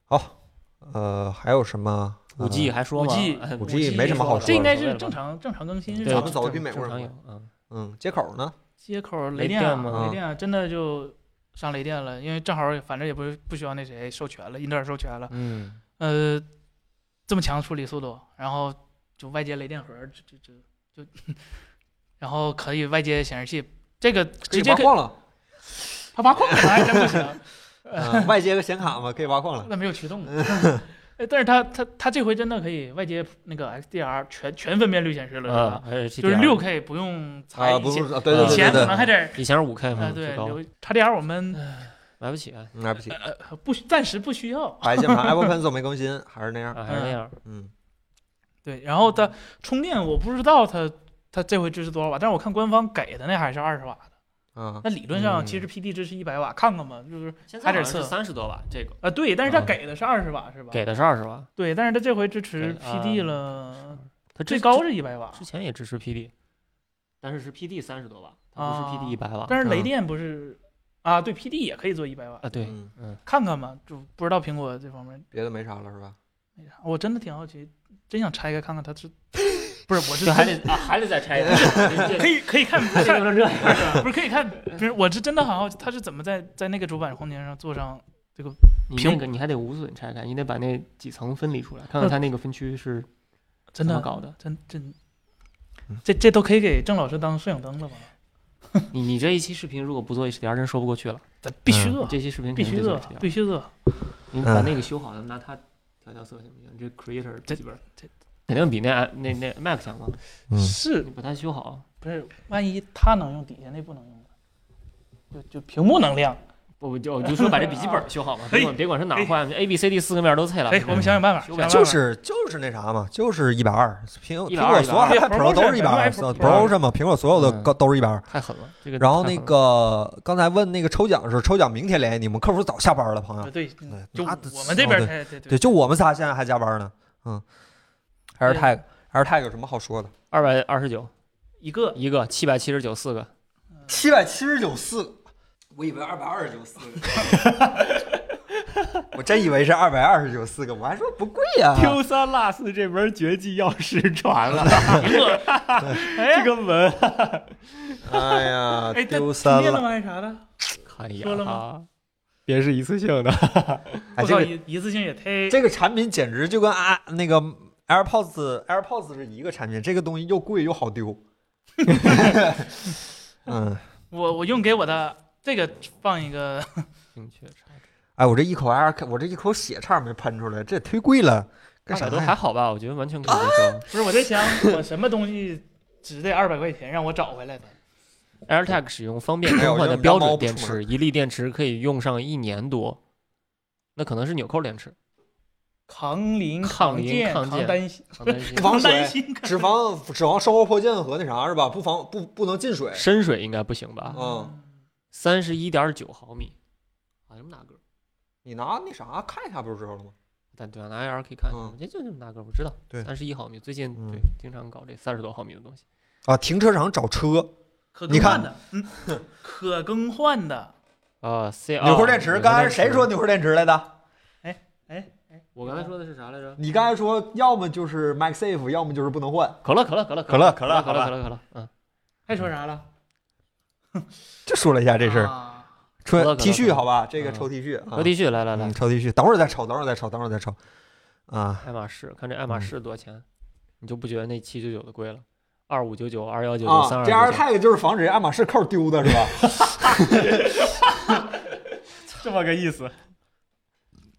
Speaker 1: 好，呃，还有什么？呃
Speaker 4: 五 G
Speaker 1: 啊
Speaker 4: 还说吗
Speaker 2: 5G
Speaker 4: 哎
Speaker 1: 5G
Speaker 4: 5G
Speaker 1: 嗯没什么好说
Speaker 4: 说的
Speaker 2: 这应该
Speaker 4: 无所
Speaker 2: 是
Speaker 4: 谓了吧
Speaker 2: 正常正常更新是
Speaker 4: 对
Speaker 2: 吧
Speaker 1: 咱？们早就比美国人
Speaker 4: 正常
Speaker 1: 快
Speaker 4: 有，嗯，
Speaker 1: 嗯，接口呢？
Speaker 2: 接口
Speaker 4: 雷
Speaker 2: 雷
Speaker 4: 电
Speaker 2: 啊
Speaker 4: 吗
Speaker 2: 雷电啊真的就上雷电了，因为正好反正也不是不需要那谁授权了，英特尔授权了，
Speaker 4: 嗯，
Speaker 2: 呃，这么强的处理速度，然后就外接雷电盒，就就就就， *laughs* 然后可以外接显示器，这个
Speaker 1: 可以
Speaker 2: 直接
Speaker 1: 挖
Speaker 2: 可以
Speaker 1: 矿了，
Speaker 2: 它挖矿可能还真不行，
Speaker 1: 嗯 *laughs* 外接个显卡嘛，可以挖矿了。
Speaker 2: 那没有
Speaker 1: *laughs*
Speaker 2: 驱动。哎但是它它它这回真的可以外接那个 XDR 全全分辨率显示了，是吧？
Speaker 4: 啊，还
Speaker 2: 就是
Speaker 4: HDR
Speaker 2: 六 K 不用裁，
Speaker 1: 啊，
Speaker 2: 以
Speaker 1: 不
Speaker 2: 前
Speaker 1: 用说，对对
Speaker 2: 以
Speaker 1: 对
Speaker 2: 前可
Speaker 1: 对
Speaker 2: 能
Speaker 1: 对，
Speaker 2: 还得
Speaker 4: 以前是五 K 嘛，
Speaker 2: 啊对，
Speaker 4: 最嗯高
Speaker 2: 留叉 d r 我们
Speaker 4: 买不起，啊
Speaker 1: 嗯，买不起。
Speaker 2: 呃不需，暂时不需要。
Speaker 1: 白键盘 *laughs* Apple Pencil 没更新，还是那样。
Speaker 4: 还是那样，
Speaker 1: 嗯，
Speaker 2: 对，然后它充电，我不知道它它这回支持多少瓦，但是我看官方给的那还是二十瓦的。
Speaker 1: 啊，
Speaker 2: 那理论上
Speaker 4: 嗯
Speaker 2: 其实 PD 支持一百瓦，看看吧，就是啊、
Speaker 4: 现
Speaker 2: 在好像是
Speaker 4: 三十多吧，这个
Speaker 2: 对，但是它
Speaker 1: 嗯
Speaker 2: 给的是二十瓦是吧？
Speaker 4: 给的是二十瓦，
Speaker 2: 对，但是它这回支持
Speaker 4: 给
Speaker 2: PD
Speaker 4: 啊
Speaker 2: 了，
Speaker 4: 它
Speaker 2: 最
Speaker 4: 之
Speaker 2: 高是一百瓦
Speaker 4: 之，前也支持 PD，但是是 PD 三十多瓦，
Speaker 2: 啊
Speaker 4: 它不是 PD 一百瓦，
Speaker 2: 但是
Speaker 1: 嗯
Speaker 2: 雷电不是啊？对，PD 也可以做一百瓦，
Speaker 4: 啊对，
Speaker 1: 嗯
Speaker 4: 嗯，
Speaker 2: 看看吧，就不知道苹果这方面
Speaker 1: 别的没啥了是吧？
Speaker 2: 那啥，我真的挺好奇，真想拆开看看它是不是？我是
Speaker 4: 这还
Speaker 2: 真
Speaker 4: 得啊还得再拆一个，
Speaker 2: 可以可以看
Speaker 4: 还
Speaker 2: 看
Speaker 4: 得弄这 *laughs* 样，
Speaker 2: 不是可以看，不是，我是真的很好奇，他是怎么在在那个主板空间上做上？
Speaker 4: 你
Speaker 2: 屏
Speaker 4: 那个你还得无损拆开，你得把那几层分离出来，看看它那个分区是
Speaker 2: 真
Speaker 4: 怎
Speaker 2: 的，
Speaker 4: 么搞的。
Speaker 2: 真真
Speaker 1: 嗯，
Speaker 2: 这这都可以给郑老师当摄影灯了吧？
Speaker 4: 你你这一期视频如果不做 HDR，真说不过去了。
Speaker 2: 咱必须
Speaker 1: 嗯
Speaker 2: 做，
Speaker 4: 这期视频
Speaker 2: 必
Speaker 4: 肯定
Speaker 2: 须
Speaker 4: 得做
Speaker 2: 做，
Speaker 4: HDR，
Speaker 2: 必须做。
Speaker 4: 你把那个修好了，拿它
Speaker 3: 调调色行不行？这 Creator
Speaker 4: 这
Speaker 3: 笔记本
Speaker 4: 这
Speaker 3: 肯定比那那那 Mac 强嘛，
Speaker 1: 嗯
Speaker 4: 是
Speaker 3: 你把它修好，
Speaker 2: 不是，万一它能用，底下那不能用呢就就屏幕能亮。
Speaker 4: 不不就我就说把这笔记本修好嘛，别管别管是哪儿坏，A B C D 四个面都碎了，嗯
Speaker 2: 哎，我们想想办法，
Speaker 4: 修
Speaker 2: 想
Speaker 4: 改
Speaker 2: 想
Speaker 1: 就
Speaker 2: 办法
Speaker 1: 是就是那啥嘛，就是一百二，苹苹
Speaker 4: 120
Speaker 1: 果所有
Speaker 4: 120
Speaker 1: iPad Pro 都是一百二
Speaker 2: 对，Pro
Speaker 1: ，Pro 什么苹果所有的
Speaker 4: 嗯
Speaker 1: 高都是一百二。
Speaker 4: 太狠了。这个
Speaker 1: 然后
Speaker 4: 太狠
Speaker 1: 那
Speaker 4: 了
Speaker 1: 个刚才问那个抽奖的时候，抽奖明天联系你，我们客服早下班了，朋友
Speaker 2: 啊。对，
Speaker 1: 哎
Speaker 2: 嗯就
Speaker 1: 那得
Speaker 2: 我们这边
Speaker 1: 哦
Speaker 2: 才对
Speaker 1: 对，就我们仨现在还加班呢。嗯
Speaker 2: 对
Speaker 1: ，AirTag AirTag 有什么好说的？
Speaker 4: 二百二十九
Speaker 2: 一个
Speaker 4: 一个，七百七十九四个，
Speaker 1: 七百七十九四，我以为二百二十九四个， *laughs* 我真以为是二百二十九四个，我还说不贵呀、
Speaker 4: 三落四这门绝技要失传了，这个门
Speaker 1: 哎呀
Speaker 2: 哎，
Speaker 1: 丢
Speaker 2: 他
Speaker 1: 三
Speaker 2: 灭了
Speaker 1: 了！
Speaker 2: 吗？还是啥的？
Speaker 4: 看一眼
Speaker 2: 说了吗
Speaker 4: 啊，别是一次性的，
Speaker 1: 哎，
Speaker 2: 我
Speaker 1: 这
Speaker 2: 靠，
Speaker 1: 个
Speaker 2: 一一次性也忒
Speaker 1: 这个产品简直就跟啊那个 AirPods AirPods 是一个产品，这个东西又贵又好
Speaker 2: *laughs*
Speaker 1: 丢。 *laughs* 嗯，
Speaker 2: 我我用给我的这个放一个，
Speaker 4: 精确差值
Speaker 1: 哎，我这一口 Air，我这一口血叉没喷出来，这也忒贵了，干
Speaker 4: 二
Speaker 1: 啥
Speaker 4: 百多
Speaker 1: 呀
Speaker 4: 还？好吧，我觉得完全可以接
Speaker 2: 不是我在想，我什么东西值这二百块钱，让我找回来的？
Speaker 4: 受。AirTag 使用方便
Speaker 1: 哎
Speaker 4: 更
Speaker 1: 我
Speaker 4: 换
Speaker 1: 觉
Speaker 4: 的
Speaker 1: 得
Speaker 4: 标
Speaker 1: 猫不
Speaker 4: 准电
Speaker 1: 出门
Speaker 4: 池，一粒电池可以用上一年多，那可能是纽扣电池。
Speaker 2: 抗磷、
Speaker 4: 抗磷
Speaker 2: 健、
Speaker 4: 抗
Speaker 2: 抗
Speaker 4: 健
Speaker 2: 担心、
Speaker 4: 好担心
Speaker 1: 防
Speaker 2: 抗
Speaker 1: 水
Speaker 2: 担心。
Speaker 1: *laughs* 脂肪脂肪收获破镜和那啥是吧？不防不不能进水。
Speaker 4: 深水应该不行吧？
Speaker 2: 哦
Speaker 1: 嗯，
Speaker 4: 三十一点九毫米，啊，这么大个儿，
Speaker 1: 你拿那啥看一下不就知道了吗？
Speaker 4: 但对啊，拿 AR 可以看，
Speaker 1: 嗯
Speaker 4: 我这就这么大个儿，我知道，
Speaker 1: 对
Speaker 4: 三十一毫米，最近
Speaker 1: 嗯
Speaker 4: 对经常搞这三十多毫米的东西，
Speaker 1: 啊，停车场找车，
Speaker 2: 可
Speaker 1: 你
Speaker 2: 更
Speaker 1: 看
Speaker 2: 换的，嗯，可更换的。
Speaker 4: 啊，C
Speaker 1: 纽扣电池。刚才谁说
Speaker 4: 的？
Speaker 1: 纽扣电池来的？哎
Speaker 4: 我刚才说的是啥来着？
Speaker 1: 你刚才说要么就是 MagSafe，要么就是不能换。
Speaker 4: 可乐，可乐，可乐，
Speaker 1: 可乐
Speaker 4: 可乐，可
Speaker 1: 可乐
Speaker 4: 乐，
Speaker 1: 好吧
Speaker 4: 可乐，可乐，嗯，
Speaker 2: 还说啥了？
Speaker 1: 就说了一下这事儿。 *laughs*
Speaker 2: 啊
Speaker 1: 穿
Speaker 4: 可乐可
Speaker 1: T
Speaker 4: 乐可
Speaker 1: 恤
Speaker 4: 乐
Speaker 1: 好吧，这个
Speaker 4: 嗯
Speaker 1: 抽 T 恤啊
Speaker 4: 喝，地区，来来来
Speaker 1: 嗯，，抽 T 恤，等会儿再抽，等会儿再抽，等会儿再抽。啊，
Speaker 4: 爱马仕，看这爱马
Speaker 1: 嗯
Speaker 4: 仕多少钱，你就不觉得那七九九的贵了？二五九九、二幺九九、三
Speaker 1: 啊，
Speaker 4: 二
Speaker 1: 这 AirTag 就是防止爱马仕扣丢的是 *laughs* 吧？
Speaker 4: 这么个意思。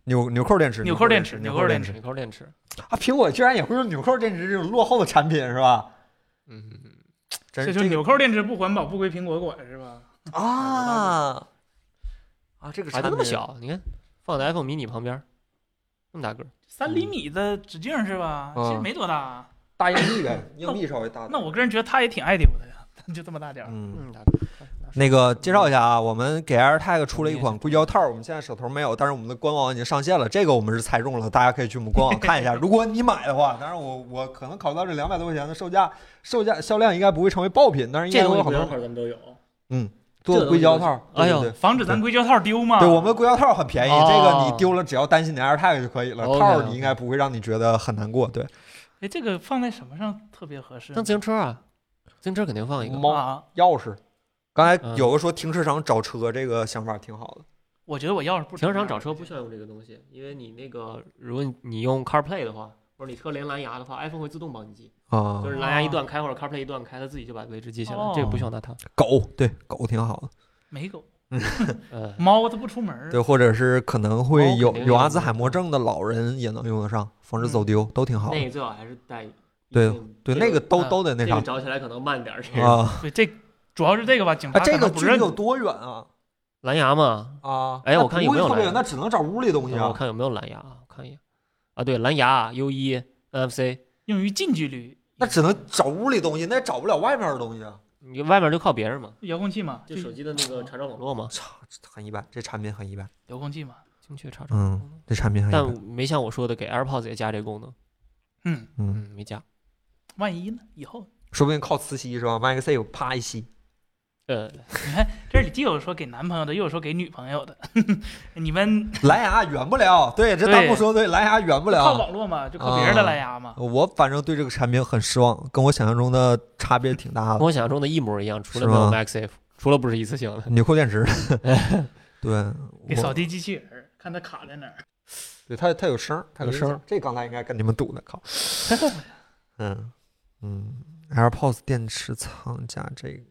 Speaker 1: 纽纽扣电池，
Speaker 2: 纽扣电池
Speaker 1: 纽
Speaker 2: 纽扣
Speaker 1: 电
Speaker 2: 电池
Speaker 4: 纽扣电池，
Speaker 1: 啊！苹果居然也会用纽扣电池这种落后的产品是吧？
Speaker 4: 嗯嗯，嗯
Speaker 1: 真是
Speaker 2: 这就
Speaker 1: 这个
Speaker 2: 纽扣电池不环保，不归苹果管是吧？
Speaker 1: 啊啊！这个
Speaker 4: 还
Speaker 1: 产品
Speaker 4: 都那么，小，你看放在 iPhone mini 旁边，那么大个儿，
Speaker 2: 三厘米的直径是吧？
Speaker 1: 嗯
Speaker 2: 其实没多大。啊
Speaker 1: 大硬 *laughs* 币呗，硬币稍微大点。
Speaker 2: 那我个人觉得它也挺爱丢的呀， *laughs* 就这么大点儿。
Speaker 1: 嗯。
Speaker 4: 嗯，大个儿。拿手
Speaker 1: 那个介绍一下啊，我们给 AirTag 出了一款硅胶套，我们现在手头没有，但是我们的官网已经上线了，这个我们是猜中了，大家可以去我们官网看一下。
Speaker 4: *laughs*
Speaker 1: 如果你买的话，当然我我可能考虑到这两百多块钱的售价，售价销量应该不会成为爆品，但是应
Speaker 4: *laughs* 这
Speaker 1: 该会有
Speaker 4: 东西
Speaker 1: 好
Speaker 4: 不
Speaker 1: 多人
Speaker 4: 要牌咱们都有。
Speaker 1: 做的硅胶套。
Speaker 4: 这东西哎
Speaker 1: 对对对
Speaker 2: 防止咱硅胶套丢嘛。
Speaker 1: 对我们硅胶套很便宜，
Speaker 4: 哦
Speaker 1: 这个你丢了只要担心你的 AirTag 就可以了，
Speaker 4: OK，OK
Speaker 1: 套你应该不会让你觉得很难过。对，
Speaker 2: 哎，这个放在什么上特别合适呢？
Speaker 4: 当自行车啊，自行车肯定放一个。
Speaker 1: 猫
Speaker 2: 啊，
Speaker 1: 钥匙，刚才
Speaker 4: 嗯
Speaker 1: 有个说停车场找车，这个想法挺好的。
Speaker 2: 我觉得我钥匙不啊
Speaker 4: 停车场
Speaker 2: 常
Speaker 4: 找车不需要用这个东西，因为你那个，如果你用 CarPlay 的话，或者你车连蓝牙的话，iPhone 会自动帮你记，
Speaker 1: 啊
Speaker 4: 就是蓝牙一段开或者 CarPlay 一段开，它自己就把位置记下
Speaker 1: 哦
Speaker 4: 来，这个不需要拿它。
Speaker 1: 狗，对狗挺好的。
Speaker 2: 没狗
Speaker 4: 呃，
Speaker 1: 嗯
Speaker 2: 猫它不出门儿。
Speaker 1: 对，或者是可能会
Speaker 4: 猫
Speaker 1: 有
Speaker 4: 肯定
Speaker 1: 有
Speaker 4: 用
Speaker 1: 阿
Speaker 4: 得
Speaker 1: 兹
Speaker 4: 上
Speaker 1: 海默症的老人也能用得上，防止走丢、都挺好的
Speaker 4: 嗯那。个最好还是带一定。
Speaker 1: 对对，
Speaker 4: 这嗯
Speaker 1: 那个都
Speaker 2: 啊
Speaker 1: 都得那
Speaker 4: 这
Speaker 1: 啥
Speaker 4: 个找起来可能慢点儿。这个
Speaker 1: 啊
Speaker 2: 对，这主要是这个吧，警察
Speaker 1: 啊！这
Speaker 2: 可
Speaker 1: 个
Speaker 2: 能不
Speaker 1: 距离
Speaker 2: 认。
Speaker 1: 有多远啊？
Speaker 4: 蓝牙嘛，
Speaker 1: 啊，
Speaker 4: 哎
Speaker 1: 那
Speaker 4: 我
Speaker 1: 不
Speaker 4: 看有
Speaker 1: 会
Speaker 4: 没有
Speaker 1: 特别
Speaker 4: 来
Speaker 1: 远，那只能找屋里东西
Speaker 4: 我
Speaker 1: 啊。
Speaker 4: 看有没有蓝牙啊，我看一眼。啊，对，蓝牙 U 一 NFC，
Speaker 2: 用于近距离
Speaker 1: 那只能找屋里东西，那也找不了外面的东西啊。
Speaker 4: 你外面就靠别人嘛，
Speaker 2: 遥控器嘛，
Speaker 4: 就手机的那个查找网络嘛，
Speaker 1: 操，这很一般，这产品很一般。
Speaker 2: 遥控器嘛。
Speaker 4: 精确查找。
Speaker 1: 嗯，这产品很一
Speaker 4: 但
Speaker 1: 般。
Speaker 4: 没像我说的给 AirPods 也加这功能，
Speaker 2: 嗯，
Speaker 1: 嗯，
Speaker 4: 嗯，没加。
Speaker 2: 万一呢？以后
Speaker 1: 说不定靠磁吸是吧？MagSafe 啪一吸，
Speaker 4: 呃，
Speaker 1: 啊
Speaker 2: 这里既有说给男朋友的，又有说给女朋友的。 *laughs* 你们
Speaker 1: 蓝牙远不了。对，这弹幕
Speaker 2: 对
Speaker 1: 说得对，蓝牙远不
Speaker 2: 靠
Speaker 1: 了。啊
Speaker 2: 网络嘛，就靠别人的蓝牙嘛。
Speaker 1: 我反正对这个产品很失望，跟我想象中的差别挺大的
Speaker 4: 跟。我想象中的一模一样，除了
Speaker 1: 是
Speaker 4: 没有
Speaker 1: 吗
Speaker 4: MagSafe，除了不是一次性的。
Speaker 1: 纽扣电
Speaker 4: *laughs*
Speaker 1: 池，对，
Speaker 2: 给
Speaker 1: 我
Speaker 2: 扫地机器人儿，看它卡在
Speaker 1: *laughs*
Speaker 2: 哪儿。
Speaker 1: 对它它有声儿，它有
Speaker 4: 有
Speaker 1: 声
Speaker 4: 声
Speaker 1: 儿。这刚才应该跟你们赌的，靠。嗯嗯，AirPods 电池仓加这个，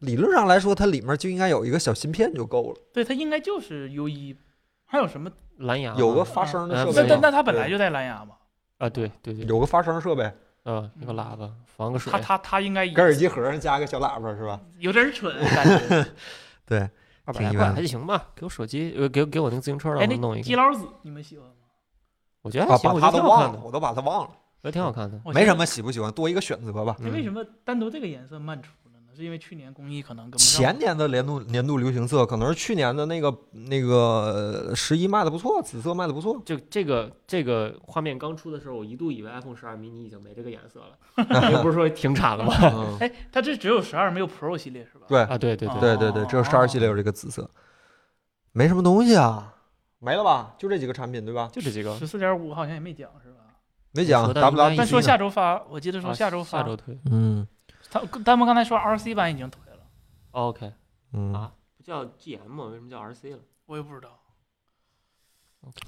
Speaker 1: 理论上来说，它里面就应该有一个小芯片就够了。
Speaker 2: 对，它应该就是 U 一还有什么？
Speaker 4: 蓝牙
Speaker 1: 有
Speaker 4: 嘛
Speaker 1: 个发声的
Speaker 4: 啊
Speaker 1: 设
Speaker 2: 那
Speaker 1: 备
Speaker 2: 那
Speaker 1: 吗，
Speaker 2: 那它本
Speaker 1: 对
Speaker 2: 来就带蓝牙嘛？
Speaker 4: 啊，对对对，
Speaker 1: 有个发声设备，
Speaker 4: 嗯，一个喇叭防个水
Speaker 2: 它，它它应该也
Speaker 1: 跟耳机盒上加个小喇叭是吧？
Speaker 2: 有点
Speaker 1: *laughs*
Speaker 2: 蠢感觉。
Speaker 1: 对，
Speaker 4: 二百
Speaker 1: 挺
Speaker 4: 来
Speaker 1: 一
Speaker 4: 块
Speaker 1: 般
Speaker 4: 还行吧。给我手机，呃，给给我那个自行车让
Speaker 2: 哎，
Speaker 4: 我弄
Speaker 2: 那
Speaker 4: 一
Speaker 2: 基
Speaker 4: 个，
Speaker 2: 佬子你们喜欢吗？
Speaker 4: 我觉得还
Speaker 1: 啊，
Speaker 4: 行，
Speaker 1: 把
Speaker 4: 我
Speaker 1: 它都
Speaker 4: 觉得挺好
Speaker 1: 忘
Speaker 4: 看
Speaker 1: 了，
Speaker 4: 的，
Speaker 1: 我都把它忘了，
Speaker 4: 我觉得挺好看的。
Speaker 2: 我
Speaker 1: 没
Speaker 2: 现在
Speaker 1: 什么喜不喜欢，多一个选择吧。
Speaker 2: 哎，为
Speaker 4: 嗯
Speaker 2: 什么单独这个颜色慢出了呢？是因为去年工艺可能跟不上。
Speaker 1: 前年的年度年度流行色可能是去年的那个那个十一卖的不错，紫色卖的不
Speaker 4: *laughs*
Speaker 1: 错，
Speaker 4: 就这个这个画面刚出的时候，我一度以为 iPhone 十二 mini 已经没这个颜色
Speaker 2: *laughs*
Speaker 4: 了，这不是说停产了吗？
Speaker 1: 嗯，
Speaker 2: 哎，它这只有十二没有 Pro 系列是吧？
Speaker 1: 对
Speaker 4: 啊，对对对，
Speaker 1: 对对对，只有十二系列有这个紫色，没什么东西啊，没了吧？就这几个产品对吧？
Speaker 4: 就这几个。
Speaker 2: 十四点五好像也没讲是吧？
Speaker 1: 没讲
Speaker 4: 说到应
Speaker 1: W
Speaker 4: 该
Speaker 1: W
Speaker 4: 已
Speaker 2: 但
Speaker 1: D
Speaker 2: 说
Speaker 1: C，
Speaker 2: 下周发，我记得说
Speaker 4: 啊
Speaker 2: 下周发。
Speaker 4: 下周推
Speaker 1: 嗯
Speaker 2: 他他们刚才说 RC 版已经推了，
Speaker 4: ，OK，
Speaker 1: 嗯
Speaker 4: 啊，不叫 GM 吗？为什么叫 RC 了？
Speaker 2: 我也不知道。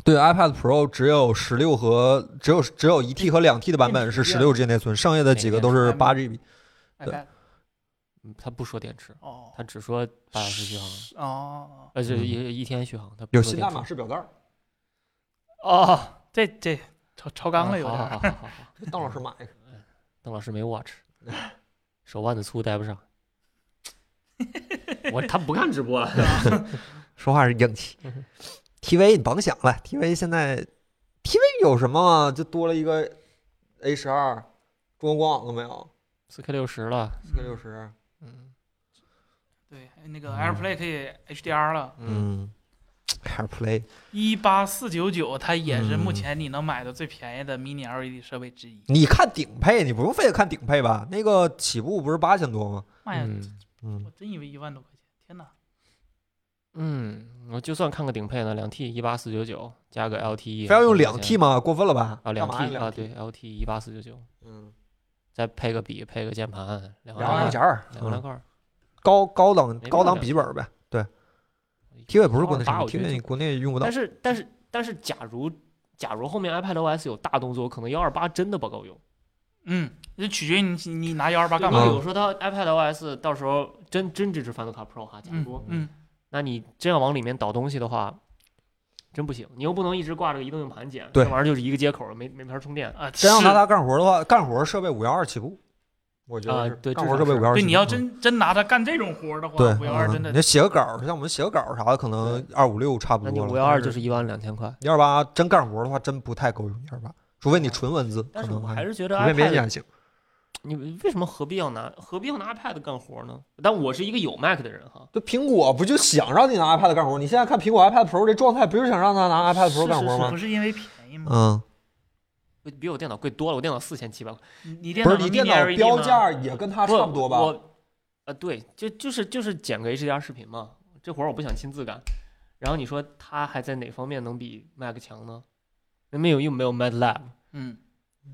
Speaker 1: 对，iPad Pro 只有十六和只有只有一 T 和两 T 的版
Speaker 4: 嗯
Speaker 1: 本是
Speaker 4: 啊
Speaker 1: 十六 G 内存，剩下的几个都是八 GB。对
Speaker 2: iPad
Speaker 4: 嗯，他不说电池，
Speaker 2: 哦
Speaker 4: 他只说八小时续
Speaker 2: 哦
Speaker 4: 航，
Speaker 2: 哦，
Speaker 4: 呃，就
Speaker 1: 嗯
Speaker 4: 一一天续航，他不
Speaker 1: 有
Speaker 4: 说
Speaker 1: 新
Speaker 4: 电
Speaker 1: 代
Speaker 4: 池
Speaker 1: 码式表带儿，
Speaker 2: 哦这这超超纲了有点
Speaker 4: 啊好
Speaker 2: 儿。
Speaker 4: 好好好好，
Speaker 1: 邓老师买一个。
Speaker 4: 邓老师
Speaker 1: *laughs*
Speaker 4: 没 watch，手腕子粗戴不上。我他 *laughs* 不看直播 *laughs* 了，
Speaker 1: 说话是硬气。TV 你甭想了，TV 现在 TV 有什么吗？就多了一个 A 十二，中国官网都没有，
Speaker 4: 四 K 六十了，
Speaker 1: 四 K 六十。
Speaker 4: 嗯，
Speaker 2: 对，那个 AirPlay 可以 HDR 了，
Speaker 4: 嗯，
Speaker 1: ，CarPlay
Speaker 2: 一八四九九，它也
Speaker 4: 嗯
Speaker 2: 是目前你能买的最便宜的 Mini LED E 设备之一。
Speaker 1: 你看顶配，你不用非得看顶配吧？那个起步不是八千多吗？
Speaker 2: 妈哎呀，
Speaker 4: 嗯
Speaker 1: 嗯
Speaker 2: 我，真以为一万多块钱，天哪！
Speaker 4: 嗯，我就算看个顶配呢，两 T 一八四九九加个 LTE，
Speaker 1: 非要用两 T 吗？过分了吧？
Speaker 4: 啊，两
Speaker 1: 干嘛
Speaker 4: T
Speaker 1: 呀
Speaker 4: 啊，对，LT 一八四九九，
Speaker 1: 嗯，
Speaker 4: 再配个笔，配个键盘，两
Speaker 1: 然
Speaker 4: 万
Speaker 1: 后
Speaker 4: 来
Speaker 1: 硬
Speaker 4: 块
Speaker 1: 件儿，
Speaker 4: 两万来
Speaker 1: 嗯
Speaker 4: 块儿。
Speaker 1: 高高档
Speaker 4: 没
Speaker 1: 高档
Speaker 4: 办法
Speaker 1: 笔记本呗。TV 不是国内
Speaker 4: 八，
Speaker 1: 产
Speaker 4: 我
Speaker 1: 品
Speaker 4: 觉得
Speaker 1: ，TV
Speaker 4: 就，
Speaker 1: 国内用不到
Speaker 4: 但。是但是但是，假如假如后面 iPad OS 有大动作，可能幺二八真的不够用。
Speaker 2: 嗯，这取决于你你拿幺二八
Speaker 4: 对
Speaker 2: 干
Speaker 4: 因为
Speaker 2: 嘛
Speaker 1: 嗯。
Speaker 4: 有时候它 iPad OS 到时候真真支持 Final Cut Pro 哈，假
Speaker 2: 嗯
Speaker 4: 如，
Speaker 2: 嗯，
Speaker 4: 那你真要往里面导东西的话，真不行，你又不能一直挂着个移动硬盘剪，
Speaker 1: 对
Speaker 4: 这玩意儿就是一个接口，没没法充电。
Speaker 2: 啊，
Speaker 1: 真要拿
Speaker 2: 是
Speaker 1: 它干活的话，干活设备五幺二起步，我觉
Speaker 4: 啊
Speaker 1: 得是
Speaker 4: 对
Speaker 1: 干
Speaker 4: 至
Speaker 1: 活
Speaker 4: 少
Speaker 1: 设备
Speaker 4: 是
Speaker 1: 五幺二。嗯
Speaker 2: 对，你要真真拿它干这种活儿的
Speaker 1: 对
Speaker 2: 话，五幺二
Speaker 1: 嗯
Speaker 2: 真的
Speaker 1: 你写个稿儿，像我们写个稿儿啥的，可能二五六差不
Speaker 4: 那你
Speaker 1: 多了。
Speaker 4: 五幺二就是一万两千块。
Speaker 1: 一二八，128真干活的话，真不太够用一二八，除非你纯文字，可
Speaker 4: 但是
Speaker 1: 能
Speaker 4: 我还是觉得
Speaker 1: 随便编辑
Speaker 4: iPad
Speaker 1: 还行。
Speaker 4: 你为什么何必要拿何必要拿 iPad 干活呢？但我是一个有 Mac 的人哈，
Speaker 1: 就苹果不就想让你拿 iPad 干活？你现在看苹果 iPad Pro 这状态，不就是想让他拿 iPad
Speaker 2: 是
Speaker 1: Pro 干
Speaker 2: 是
Speaker 1: 活
Speaker 2: 是
Speaker 1: 吗
Speaker 2: 不？是因为便宜吗？
Speaker 1: 嗯，
Speaker 4: 比比我电脑贵多了，我电脑四千七百块，
Speaker 2: 你你电
Speaker 1: 不
Speaker 2: 脑
Speaker 1: 是
Speaker 2: 能
Speaker 1: 你电
Speaker 2: mini
Speaker 1: 脑
Speaker 4: E
Speaker 2: LED
Speaker 1: 标
Speaker 2: 吗
Speaker 1: 价也跟它差不多吧？
Speaker 4: 我，呃，对，就就是就是剪个 HDR 视频嘛，这活儿我不想亲自干。然后你说它还在哪方面能比 Mac 强呢？那没有又没有 MATLAB，
Speaker 2: 嗯，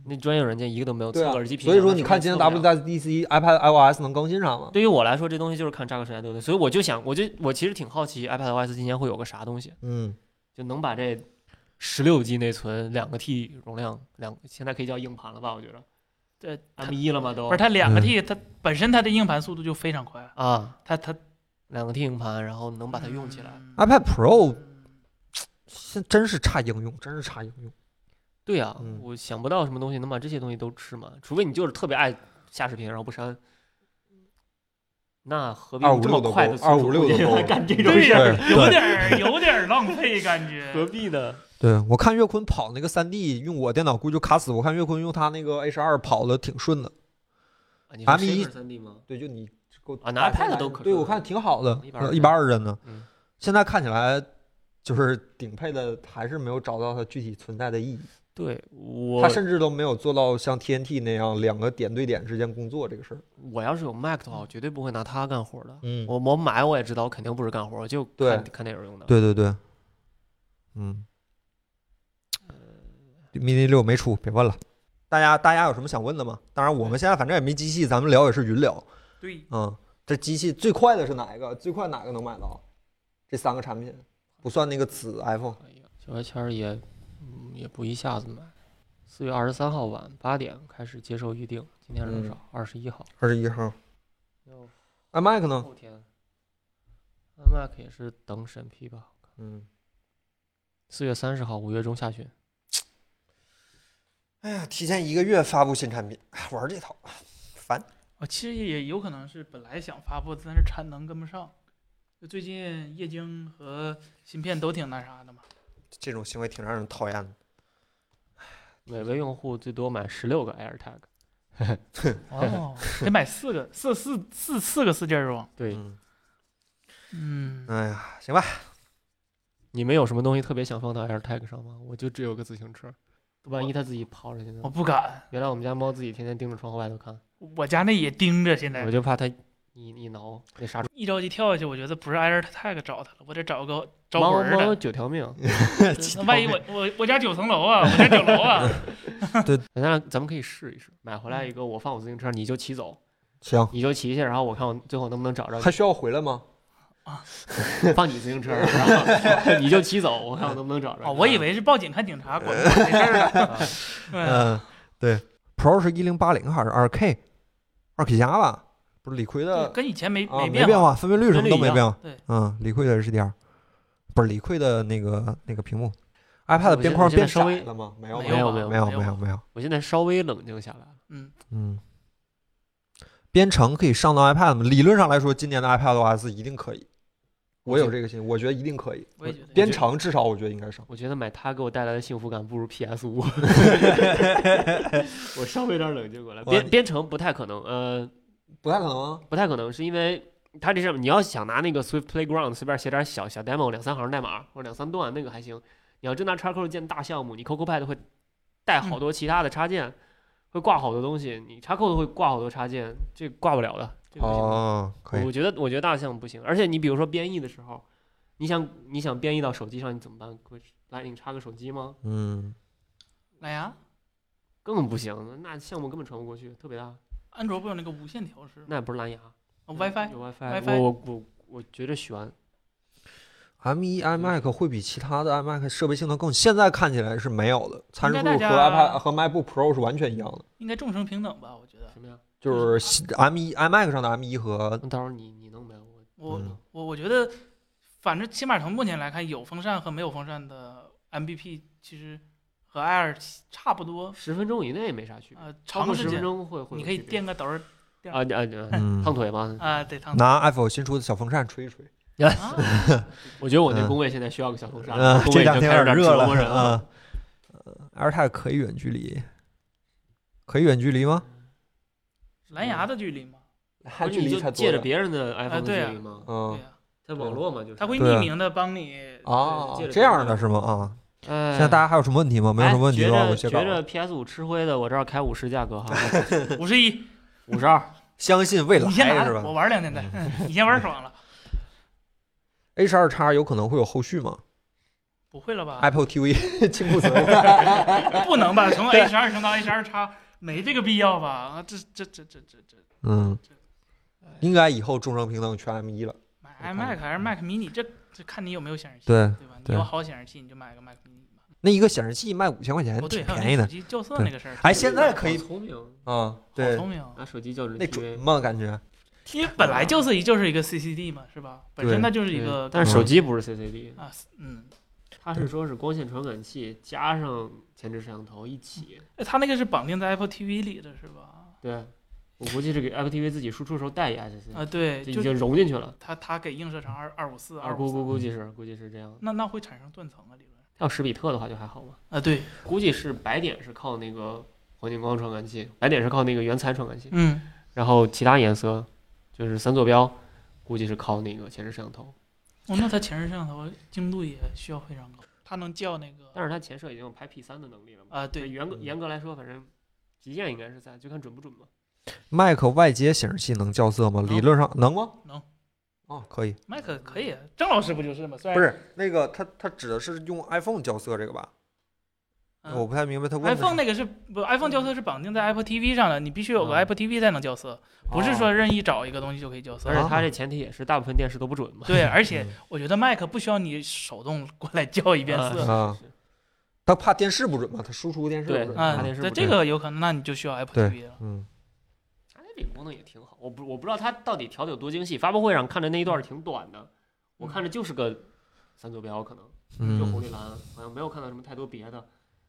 Speaker 4: 那专业软件一个都没有，测
Speaker 1: 对啊
Speaker 4: 个耳机，屏。
Speaker 1: 所以说你看今天
Speaker 4: 测
Speaker 1: W
Speaker 4: 不
Speaker 1: E
Speaker 4: 了
Speaker 1: D C iPad iOS 能更新上吗？
Speaker 4: 对于我来说，这东西就是看扎克时代对不对？所以我就想，我就我其实挺好奇 iPad OS 今年会有个啥东西，
Speaker 1: 嗯，
Speaker 4: 就能把这十六 G 内存、两个 T 容量、两现在可以叫硬盘了吧？我觉得
Speaker 2: 这
Speaker 4: M 一了吗都？
Speaker 2: 不是它两个
Speaker 1: 嗯
Speaker 2: T，它本身它的硬盘速度就非常快，
Speaker 4: 啊，
Speaker 2: 它它
Speaker 4: 两个 T 硬盘，然后能把它用起来。
Speaker 2: 嗯
Speaker 1: iPad Pro 现真是差应用，真是差应用。
Speaker 4: 对呀、
Speaker 1: 嗯
Speaker 4: 我想不到什么东西能把这些东西都吃满，除非你就是特别爱下视频然后不删。那何必用这么
Speaker 1: 256
Speaker 4: 快的
Speaker 1: 都够256
Speaker 4: 速度
Speaker 1: 都够
Speaker 4: 用来干这种
Speaker 2: 对
Speaker 4: 事
Speaker 2: 呀
Speaker 4: 儿？
Speaker 1: 对
Speaker 2: 有点儿有点儿浪费感觉。
Speaker 4: 何必呢？
Speaker 1: *laughs* 对我看岳坤跑那个三 D，用我电脑估计就卡死。我看岳坤用他那个 H 二跑的挺顺的。
Speaker 4: 啊你说
Speaker 1: M1
Speaker 4: 三 D 吗？
Speaker 1: 对，就你给我
Speaker 4: 啊拿 iPad
Speaker 1: 来
Speaker 4: 都可
Speaker 1: 对
Speaker 4: 顺
Speaker 1: 我看挺好的，
Speaker 4: 120
Speaker 1: 一百二十帧的
Speaker 4: 嗯。
Speaker 1: 现在看起来就是顶配的，还是没有找到它具体存在的意义。
Speaker 4: 对我
Speaker 1: 它，甚至都没有做到像 TNT 那样两个点对点之间工作这个事儿。
Speaker 4: 我要是有 Mac 的话，我绝对不会拿它干活的。
Speaker 1: 嗯
Speaker 4: 我我买我也知道，我肯定不是干活，我就
Speaker 1: 对
Speaker 4: 看看电影用的。
Speaker 1: 对对对，嗯，mini 六没出，别问了。呃大家大家有什么想问的吗？当然，我们现在反正也没机器，咱们聊也是云聊。
Speaker 2: 对，
Speaker 1: 嗯，这机器最快的是哪一个？最快哪个能买到？这三个产品不算那个紫 iPhone。
Speaker 4: 哎呀，小白签儿也、嗯、也不一下子买。四月二十三号晚八点开始接受预定，今天
Speaker 1: 嗯
Speaker 4: 多少？二十一号。
Speaker 1: 二十一号，iMac 哎呢？
Speaker 4: 后天，iMac 也是等审批吧。
Speaker 1: 嗯，
Speaker 4: 四月三十号，五月中下旬。
Speaker 1: 哎呀，提前一个月发布新产品，玩这套烦。
Speaker 2: 啊，其实也有可能是本来想发布，但是产能跟不上。就最近液晶和芯片都挺那啥的嘛。
Speaker 1: 这种行为挺让人讨厌的。
Speaker 4: 每个用户最多买十六个 AirTag。
Speaker 2: 哦， *laughs* 得买四个，四四四四个四件装。
Speaker 4: 对，
Speaker 1: 嗯，
Speaker 2: 嗯，
Speaker 1: 哎呀，行吧，
Speaker 4: 你们有什么东西特别想放到 AirTag 上吗？我就只有个自行车，万一它自己跑出去
Speaker 2: 我
Speaker 1: 哦
Speaker 4: 呢？
Speaker 2: 不敢，
Speaker 4: 原来我们家猫自己天天盯着窗户外头看，
Speaker 2: 我家那也盯着。现在
Speaker 4: 我就怕它一一挠那啥。
Speaker 2: 一着急跳下去，我觉得不是 AirTag 找他了，我得找个招魂
Speaker 4: 猫
Speaker 2: 儿
Speaker 4: 猫有
Speaker 2: 的。
Speaker 4: 九条命，
Speaker 2: 对那万一我我我家九层楼啊，我家九楼啊，
Speaker 4: 咱俩咱们可以试一试，买回来一个，我放我自行车，你就骑走，
Speaker 1: 行，
Speaker 4: 你就骑去，然后我看我最后能不能找着
Speaker 1: 还需要回来吗？
Speaker 4: 放你自行车，然后 *laughs* 你就骑走，我看我能不能找着。
Speaker 2: 哦，我以为是报警看警察管管这事儿呢。对啊
Speaker 1: 嗯，对，Pro 是一零八零还是二 K？二 K 加吧，不是理亏的
Speaker 2: 跟以前没
Speaker 1: 啊，
Speaker 2: 变
Speaker 1: 变化，分辨率什么
Speaker 4: 分辨
Speaker 1: 都
Speaker 4: 率
Speaker 1: 没
Speaker 4: 一
Speaker 1: 变化。
Speaker 2: 对，
Speaker 1: 嗯，理亏的 HDR，不是理亏的那个那个屏幕，iPad
Speaker 4: 我
Speaker 1: 的
Speaker 4: 现
Speaker 1: 边框
Speaker 4: 我现在
Speaker 1: 变
Speaker 4: 稍微
Speaker 1: 窄了吗？没
Speaker 2: 没
Speaker 1: 没有
Speaker 4: 有
Speaker 2: 吧
Speaker 4: 没有
Speaker 1: 没
Speaker 2: 有
Speaker 1: 没有
Speaker 2: 吧
Speaker 1: 没有，
Speaker 4: 我现在稍微冷静下来了，
Speaker 2: 嗯，
Speaker 1: 嗯。编程可以上到 iPad 吗？理论上来说，今年的 iPad OS 一定可以。我有这个信，我觉得一定可以。
Speaker 2: 我也觉得
Speaker 1: 编程至少我觉得应该上。
Speaker 4: 我觉得买它给我带来的幸福感不如 PS 五。 *laughs* 我稍微有点冷静过来，
Speaker 1: 我
Speaker 4: 编编程不太可能，呃，
Speaker 1: 不太可能啊。
Speaker 4: 不太可能，是因为它这上面你要想拿那个 Swift Playground 随便写点小小 demo 两三行代码或者两三段那个还行，你要真拿插扣建大项目，你 CocoaPad 会带好多其他的插件，会挂好多东西，你插扣会挂好多插件，这挂不了的。这个不行的
Speaker 1: 哦，可以
Speaker 4: 我。觉得我觉得大项目不行，而且你比如说编译的时候，你想你想编译到手机上，你怎么办？会 Lightning 插个手机吗？
Speaker 1: 嗯，
Speaker 2: 蓝牙、
Speaker 4: 根本不行，那项目根本传不过去，特别大。
Speaker 2: 安卓不有那个无线调试吗
Speaker 4: 那也不是蓝牙
Speaker 2: 哦？WiFi
Speaker 4: 有
Speaker 2: WiFi
Speaker 4: 我我我我觉着悬。
Speaker 1: M1 iMac E 会比其他的 iMac 设备性能更，现在看起来是没有的，参数
Speaker 2: 应
Speaker 1: 和
Speaker 2: 该大家
Speaker 1: iPad 和 MacBook Pro 是完全一样的，
Speaker 2: 应该众生平等吧？我觉得，
Speaker 4: 什么呀？嗯
Speaker 1: 就是新 M1 iMac 上的 M1 和
Speaker 4: 那到时候你你弄呗，我
Speaker 2: 我
Speaker 1: 嗯
Speaker 2: 我我觉得，反正起码从目前来看，有风扇和没有风扇的 MBP 其实和 Air 差不多，
Speaker 4: 十分钟以内没啥区别，
Speaker 2: 呃，
Speaker 4: 超
Speaker 2: 长
Speaker 4: 过十
Speaker 2: 时
Speaker 4: 分
Speaker 2: 间
Speaker 4: 钟会会有
Speaker 2: 你可以
Speaker 4: 区别
Speaker 2: 垫个斗儿
Speaker 4: 啊啊啊！
Speaker 1: 嗯
Speaker 4: 烫腿吗？
Speaker 2: 啊，对，烫
Speaker 1: 拿 Apple 新出的小风扇吹一吹。
Speaker 2: 啊，
Speaker 4: 我觉得我
Speaker 1: 嗯
Speaker 4: 那工位现在需要个小风扇
Speaker 1: *laughs* 嗯
Speaker 4: 了，，工
Speaker 1: 这
Speaker 4: 啊位已
Speaker 1: 两
Speaker 4: 经
Speaker 1: 天
Speaker 4: 开始
Speaker 1: 点热
Speaker 4: 折
Speaker 1: 了
Speaker 4: 磨人了。
Speaker 1: 啊。呃 AirTag 可以远距离，可以远距离吗？
Speaker 2: 蓝牙的距离嘛，
Speaker 1: 还
Speaker 4: 不是你就借着别人的 iPhone
Speaker 2: 对
Speaker 4: 的
Speaker 2: 啊
Speaker 4: 距离吗？
Speaker 1: 嗯
Speaker 2: 对呀，
Speaker 4: 在网络嘛，就是
Speaker 2: 它会
Speaker 1: 对
Speaker 2: 匿名的帮你
Speaker 1: 啊
Speaker 4: 借着
Speaker 1: 这
Speaker 4: 别人
Speaker 1: 样的是吗？啊，
Speaker 4: 现
Speaker 1: 现在大家还有什么问题吗？没有什么问题的话，我
Speaker 4: 哎觉
Speaker 1: 写
Speaker 4: 着
Speaker 1: 稿
Speaker 4: 觉
Speaker 1: 了。
Speaker 4: 着 PS 五吃灰的，我这儿开五十价格哈，
Speaker 2: 五十一，
Speaker 4: 五十二。
Speaker 1: 相信未来
Speaker 2: 你先拿
Speaker 1: 是
Speaker 2: 着，
Speaker 1: 吧嗯
Speaker 2: 我玩两天再，嗯你先玩爽了，
Speaker 1: ？H 二叉有可能会有后续吗
Speaker 2: 不会了吧？
Speaker 1: 啊？Apple TV *laughs* 清库存。
Speaker 2: 不能吧？从 A 十二升到 A 十二叉，没这个必要吧？啊，这这这这这这，
Speaker 1: 嗯， *laughs* 应该以后众生平等全 M 一了。
Speaker 2: 买 iMac 还是 Mac mini，这这看你有没有显示器，
Speaker 1: 嗯对
Speaker 2: 对吧？你
Speaker 1: 对
Speaker 2: 有好显示器，你就买个 Mac mini 嘛。
Speaker 1: 那一个显示器卖五千块钱，
Speaker 2: 哦，对，
Speaker 1: 哎挺
Speaker 2: 还有
Speaker 1: 便宜
Speaker 2: 那手
Speaker 1: 的。
Speaker 2: 机校色那个事儿，
Speaker 1: 哎，现在可以
Speaker 4: 好聪明，
Speaker 1: 啊，
Speaker 2: 好
Speaker 1: 对，
Speaker 2: 聪明啊。
Speaker 4: 拿手机校准
Speaker 1: 那准吗？感觉
Speaker 2: 因为本来校色仪就是一个 CCD 嘛，是吧？本身它就是一个，
Speaker 4: 但
Speaker 1: 嗯
Speaker 4: 是手机不是 CCD，
Speaker 2: 啊，嗯，
Speaker 4: 它是说是光线传感器加上前置摄像头一起。
Speaker 2: 哎它那个是绑定在 Apple TV 里的是吧？
Speaker 4: 对，我估计是给 Apple TV 自己输出时候带一 SSD，、
Speaker 2: 啊，对，
Speaker 4: 这已
Speaker 2: 就
Speaker 4: 经融进去了。
Speaker 2: 它它给映射成二二五四
Speaker 4: 啊，
Speaker 2: 二
Speaker 4: 估估
Speaker 2: 五
Speaker 4: 估计是估计是这样的。
Speaker 2: 那那会产生断层啊，理论
Speaker 4: 要十比特的话就还好吧，
Speaker 2: 啊，对，
Speaker 4: 估计是白点是靠那个黄金光传感器，白点是靠那个原材传感器，
Speaker 2: 嗯，
Speaker 4: 然后其他颜色就是三坐标，估计是靠那个前置摄像头。
Speaker 2: 哦，那它前置摄像头精度也需要非常高，它能校那个
Speaker 4: 但是它前摄已经有拍 P 三的能力了嘛？
Speaker 2: 啊，对，
Speaker 4: 严格严格来说，反正极限应该是在，就看准不准吧。
Speaker 1: Mac 外接显示器能校色吗？
Speaker 2: 能
Speaker 1: 理论上能吗？
Speaker 2: 能。
Speaker 1: 哦，可以。
Speaker 2: 麦克可以，啊郑老师不就是吗？虽
Speaker 1: 不
Speaker 2: 然
Speaker 1: 是那个，他他指的是用 iPhone 校色这个吧？
Speaker 2: 嗯
Speaker 1: 我不太明白他问的是
Speaker 2: iPhone 那个是不 iPhone 校色是绑定在 Apple TV 上的，你必须有个
Speaker 4: 嗯
Speaker 2: Apple TV 才能校色，不
Speaker 1: 哦
Speaker 2: 是说任意找一个东西就可以校色
Speaker 4: 而。且它这前提也是大部分电视都不准嘛。
Speaker 2: 对，而且
Speaker 1: 嗯
Speaker 2: 我觉得 Mac 不需要你手动过来校一遍色。
Speaker 1: 啊
Speaker 4: 是是
Speaker 1: 他怕电视不准嘛，他输出电视
Speaker 4: 对
Speaker 1: 不准
Speaker 4: 啊
Speaker 1: 啊
Speaker 2: 嗯
Speaker 4: 电。视
Speaker 2: 对
Speaker 4: 不
Speaker 2: 这
Speaker 4: 对
Speaker 2: 个有可能，那你就需要 Apple
Speaker 1: 对
Speaker 2: TV 了。
Speaker 1: 嗯，
Speaker 4: 它这个功能也挺好，我不我不知道它到底嗯调的有多精细。发布会上看着那一段儿挺短的，我看着就是个三坐标可能，就
Speaker 1: 嗯
Speaker 4: 红绿蓝，好像没有看到什么太多别的。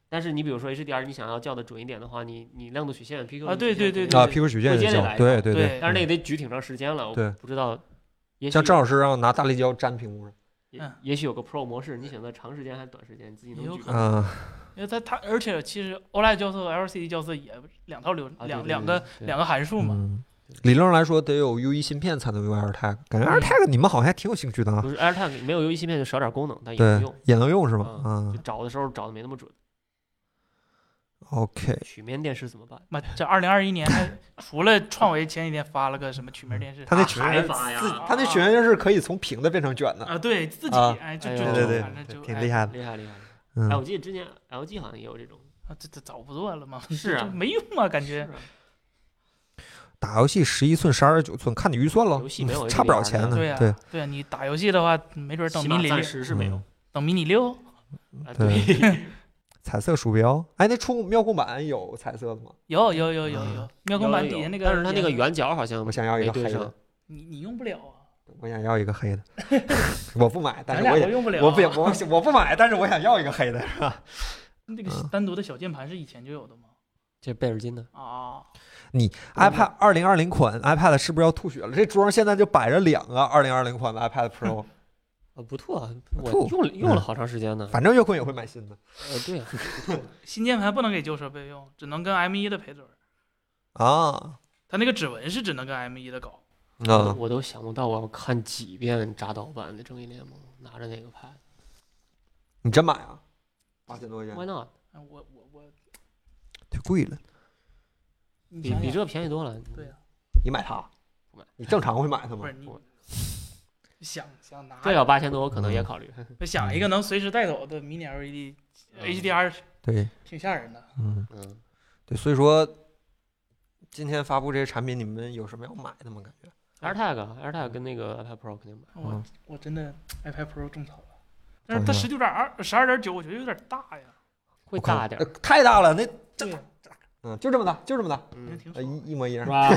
Speaker 4: 但是你比如说 HDR，你想要叫的准一点的话，你你亮度曲线 PQ
Speaker 2: 啊对对对对
Speaker 1: 啊
Speaker 2: 对
Speaker 1: ，P Q 曲线
Speaker 4: 对
Speaker 1: 也
Speaker 4: 接
Speaker 1: 行
Speaker 4: 着来，
Speaker 1: 对对
Speaker 2: 对
Speaker 1: 对。
Speaker 4: 但是那也得举挺长时间了，我
Speaker 1: 嗯对
Speaker 4: 不知道。也许
Speaker 1: 像郑老师让拿大力胶粘屏幕上，
Speaker 4: 也
Speaker 2: 嗯
Speaker 4: 也许有个 Pro 模式，你选择长时间还是短时间，你自己能
Speaker 2: 也有
Speaker 4: 举
Speaker 2: 可能
Speaker 1: 嗯，
Speaker 2: 因为它它而且其实 OLED 校色和 LCD 校色也两套流
Speaker 4: 啊对
Speaker 2: 两
Speaker 4: 对
Speaker 2: 两
Speaker 4: 对
Speaker 2: 个
Speaker 4: 对
Speaker 2: 两个函数嘛，
Speaker 1: 嗯理论上来说得有 U1 芯片才能用 AirTag，感觉
Speaker 2: 嗯
Speaker 1: AirTag 你们好像还挺有兴趣的啊
Speaker 4: 不，是 AirTag 没有 U 一芯片就少点功能，但也能
Speaker 1: 对
Speaker 4: 用，，
Speaker 1: 也能用是吧？
Speaker 4: 嗯，
Speaker 1: 嗯
Speaker 4: 就找的时候找的没那么准。
Speaker 1: ，OK，
Speaker 4: 曲面电视怎么办？
Speaker 2: 妈这二零二一年还
Speaker 1: *laughs*
Speaker 2: 除了创维前几天发了个什么曲面电视
Speaker 1: 他那曲面
Speaker 4: 发呀
Speaker 1: 自他那曲面是可以从平的变成卷的，
Speaker 2: 啊，对自己
Speaker 1: 啊
Speaker 2: 哎就
Speaker 4: 哎
Speaker 2: 就
Speaker 4: 呦
Speaker 1: 对对
Speaker 2: 就
Speaker 1: 对
Speaker 2: 反正就
Speaker 1: 挺
Speaker 2: 哎
Speaker 1: 厉害的。
Speaker 4: 厉害厉害！哎，我
Speaker 1: 嗯，
Speaker 4: 记得之前 LG 好像也有这种，
Speaker 2: 啊，这这早不做了嘛，
Speaker 4: 是
Speaker 2: 就
Speaker 4: 啊
Speaker 2: 就没用啊，感
Speaker 1: *laughs*
Speaker 2: 觉
Speaker 4: 是啊
Speaker 1: 打游戏十一寸、十二九寸，看你预算喽
Speaker 4: 游戏没有，
Speaker 1: 差不
Speaker 4: HDR
Speaker 1: 少钱呢。
Speaker 2: 对呀、
Speaker 1: 嗯
Speaker 2: 啊
Speaker 1: 对，
Speaker 2: 对呀、你打游戏的话，没准儿等
Speaker 4: 起
Speaker 2: 迷
Speaker 4: 码
Speaker 2: 你六
Speaker 4: 暂，时是没有
Speaker 1: 嗯。
Speaker 2: 等迷你六，
Speaker 4: 啊
Speaker 1: 对
Speaker 4: 对，
Speaker 1: 彩色鼠标，哎，那触妙控板有彩色的吗？
Speaker 2: 有有有有
Speaker 1: 嗯
Speaker 2: *laughs* 有，妙控版底下那个，
Speaker 4: 但是它那个，圆角好像
Speaker 1: 我想要一
Speaker 4: 没
Speaker 1: 个
Speaker 4: 对
Speaker 1: 黑
Speaker 4: 上
Speaker 1: 的，，
Speaker 2: 你你用不了啊，
Speaker 1: 我想要一个
Speaker 2: *laughs*
Speaker 1: 黑的，我不买，但是
Speaker 2: 咱俩
Speaker 1: 我
Speaker 2: 都
Speaker 1: 也
Speaker 2: 用不了啊。
Speaker 1: 我不我我不买，但是我想要一个黑的，是吧？
Speaker 2: 那个
Speaker 1: 嗯
Speaker 2: 单独的小键盘是以前就有的吗？
Speaker 4: 这贝尔金的，
Speaker 2: 啊，
Speaker 1: iPad 二零二零款 iPad 是不是要吐血了？这桌上现在就摆着两个二零二零款的 iPad
Speaker 4: *laughs*
Speaker 1: Pro，
Speaker 4: 呃，不错啊，
Speaker 1: 错
Speaker 4: 我用了用了好长时间呢。
Speaker 1: 反正岳坤也会买新的
Speaker 4: 呃，对啊，
Speaker 2: 新键盘不能给旧设备用，只能跟 M 1的配对儿。
Speaker 1: 啊。
Speaker 2: 它那个指纹是只能跟 M 1的搞。
Speaker 4: 我都
Speaker 1: 嗯，
Speaker 4: 我都想不到我要看几遍扎导版的《正义联盟》，拿着那个拍
Speaker 1: 你真买啊？八千多块钱
Speaker 4: ，Why not？
Speaker 2: 哎我我我，
Speaker 1: 太贵了，
Speaker 2: 你
Speaker 4: 比
Speaker 2: 想
Speaker 4: 比
Speaker 2: 想，
Speaker 4: 这便宜多了。
Speaker 2: 对啊
Speaker 1: 你买它？
Speaker 4: 不买
Speaker 1: 你正常会买它吗
Speaker 2: 不是？你
Speaker 4: 我啊
Speaker 2: 想想拿
Speaker 4: 这要八千多，我可能也考虑。
Speaker 2: 想一个能随时带走的迷你 E LED
Speaker 4: 嗯
Speaker 2: HDR，
Speaker 1: 对，
Speaker 2: 挺吓人的。
Speaker 1: 嗯，
Speaker 4: 嗯，
Speaker 1: 对，所以说今天发布这些产品，你们有什么要买的吗？感觉
Speaker 4: AirTag 啊 AirTag 跟那个 iPad Pro 肯定买。
Speaker 2: 我
Speaker 1: 嗯
Speaker 2: 我真的 iPad Pro 种草了，但是它
Speaker 1: 种草
Speaker 2: 十九点二十二点九，我觉得有点大呀。
Speaker 4: 会大点
Speaker 1: 呃
Speaker 4: 儿，
Speaker 1: 太大了，那
Speaker 2: 对呀，
Speaker 1: 嗯，就这么大，就这么大，
Speaker 2: 我觉得
Speaker 4: 嗯，
Speaker 2: 挺
Speaker 1: 呃，
Speaker 2: 爽的。
Speaker 1: 一一模一
Speaker 4: 是
Speaker 1: 样。
Speaker 4: 吧？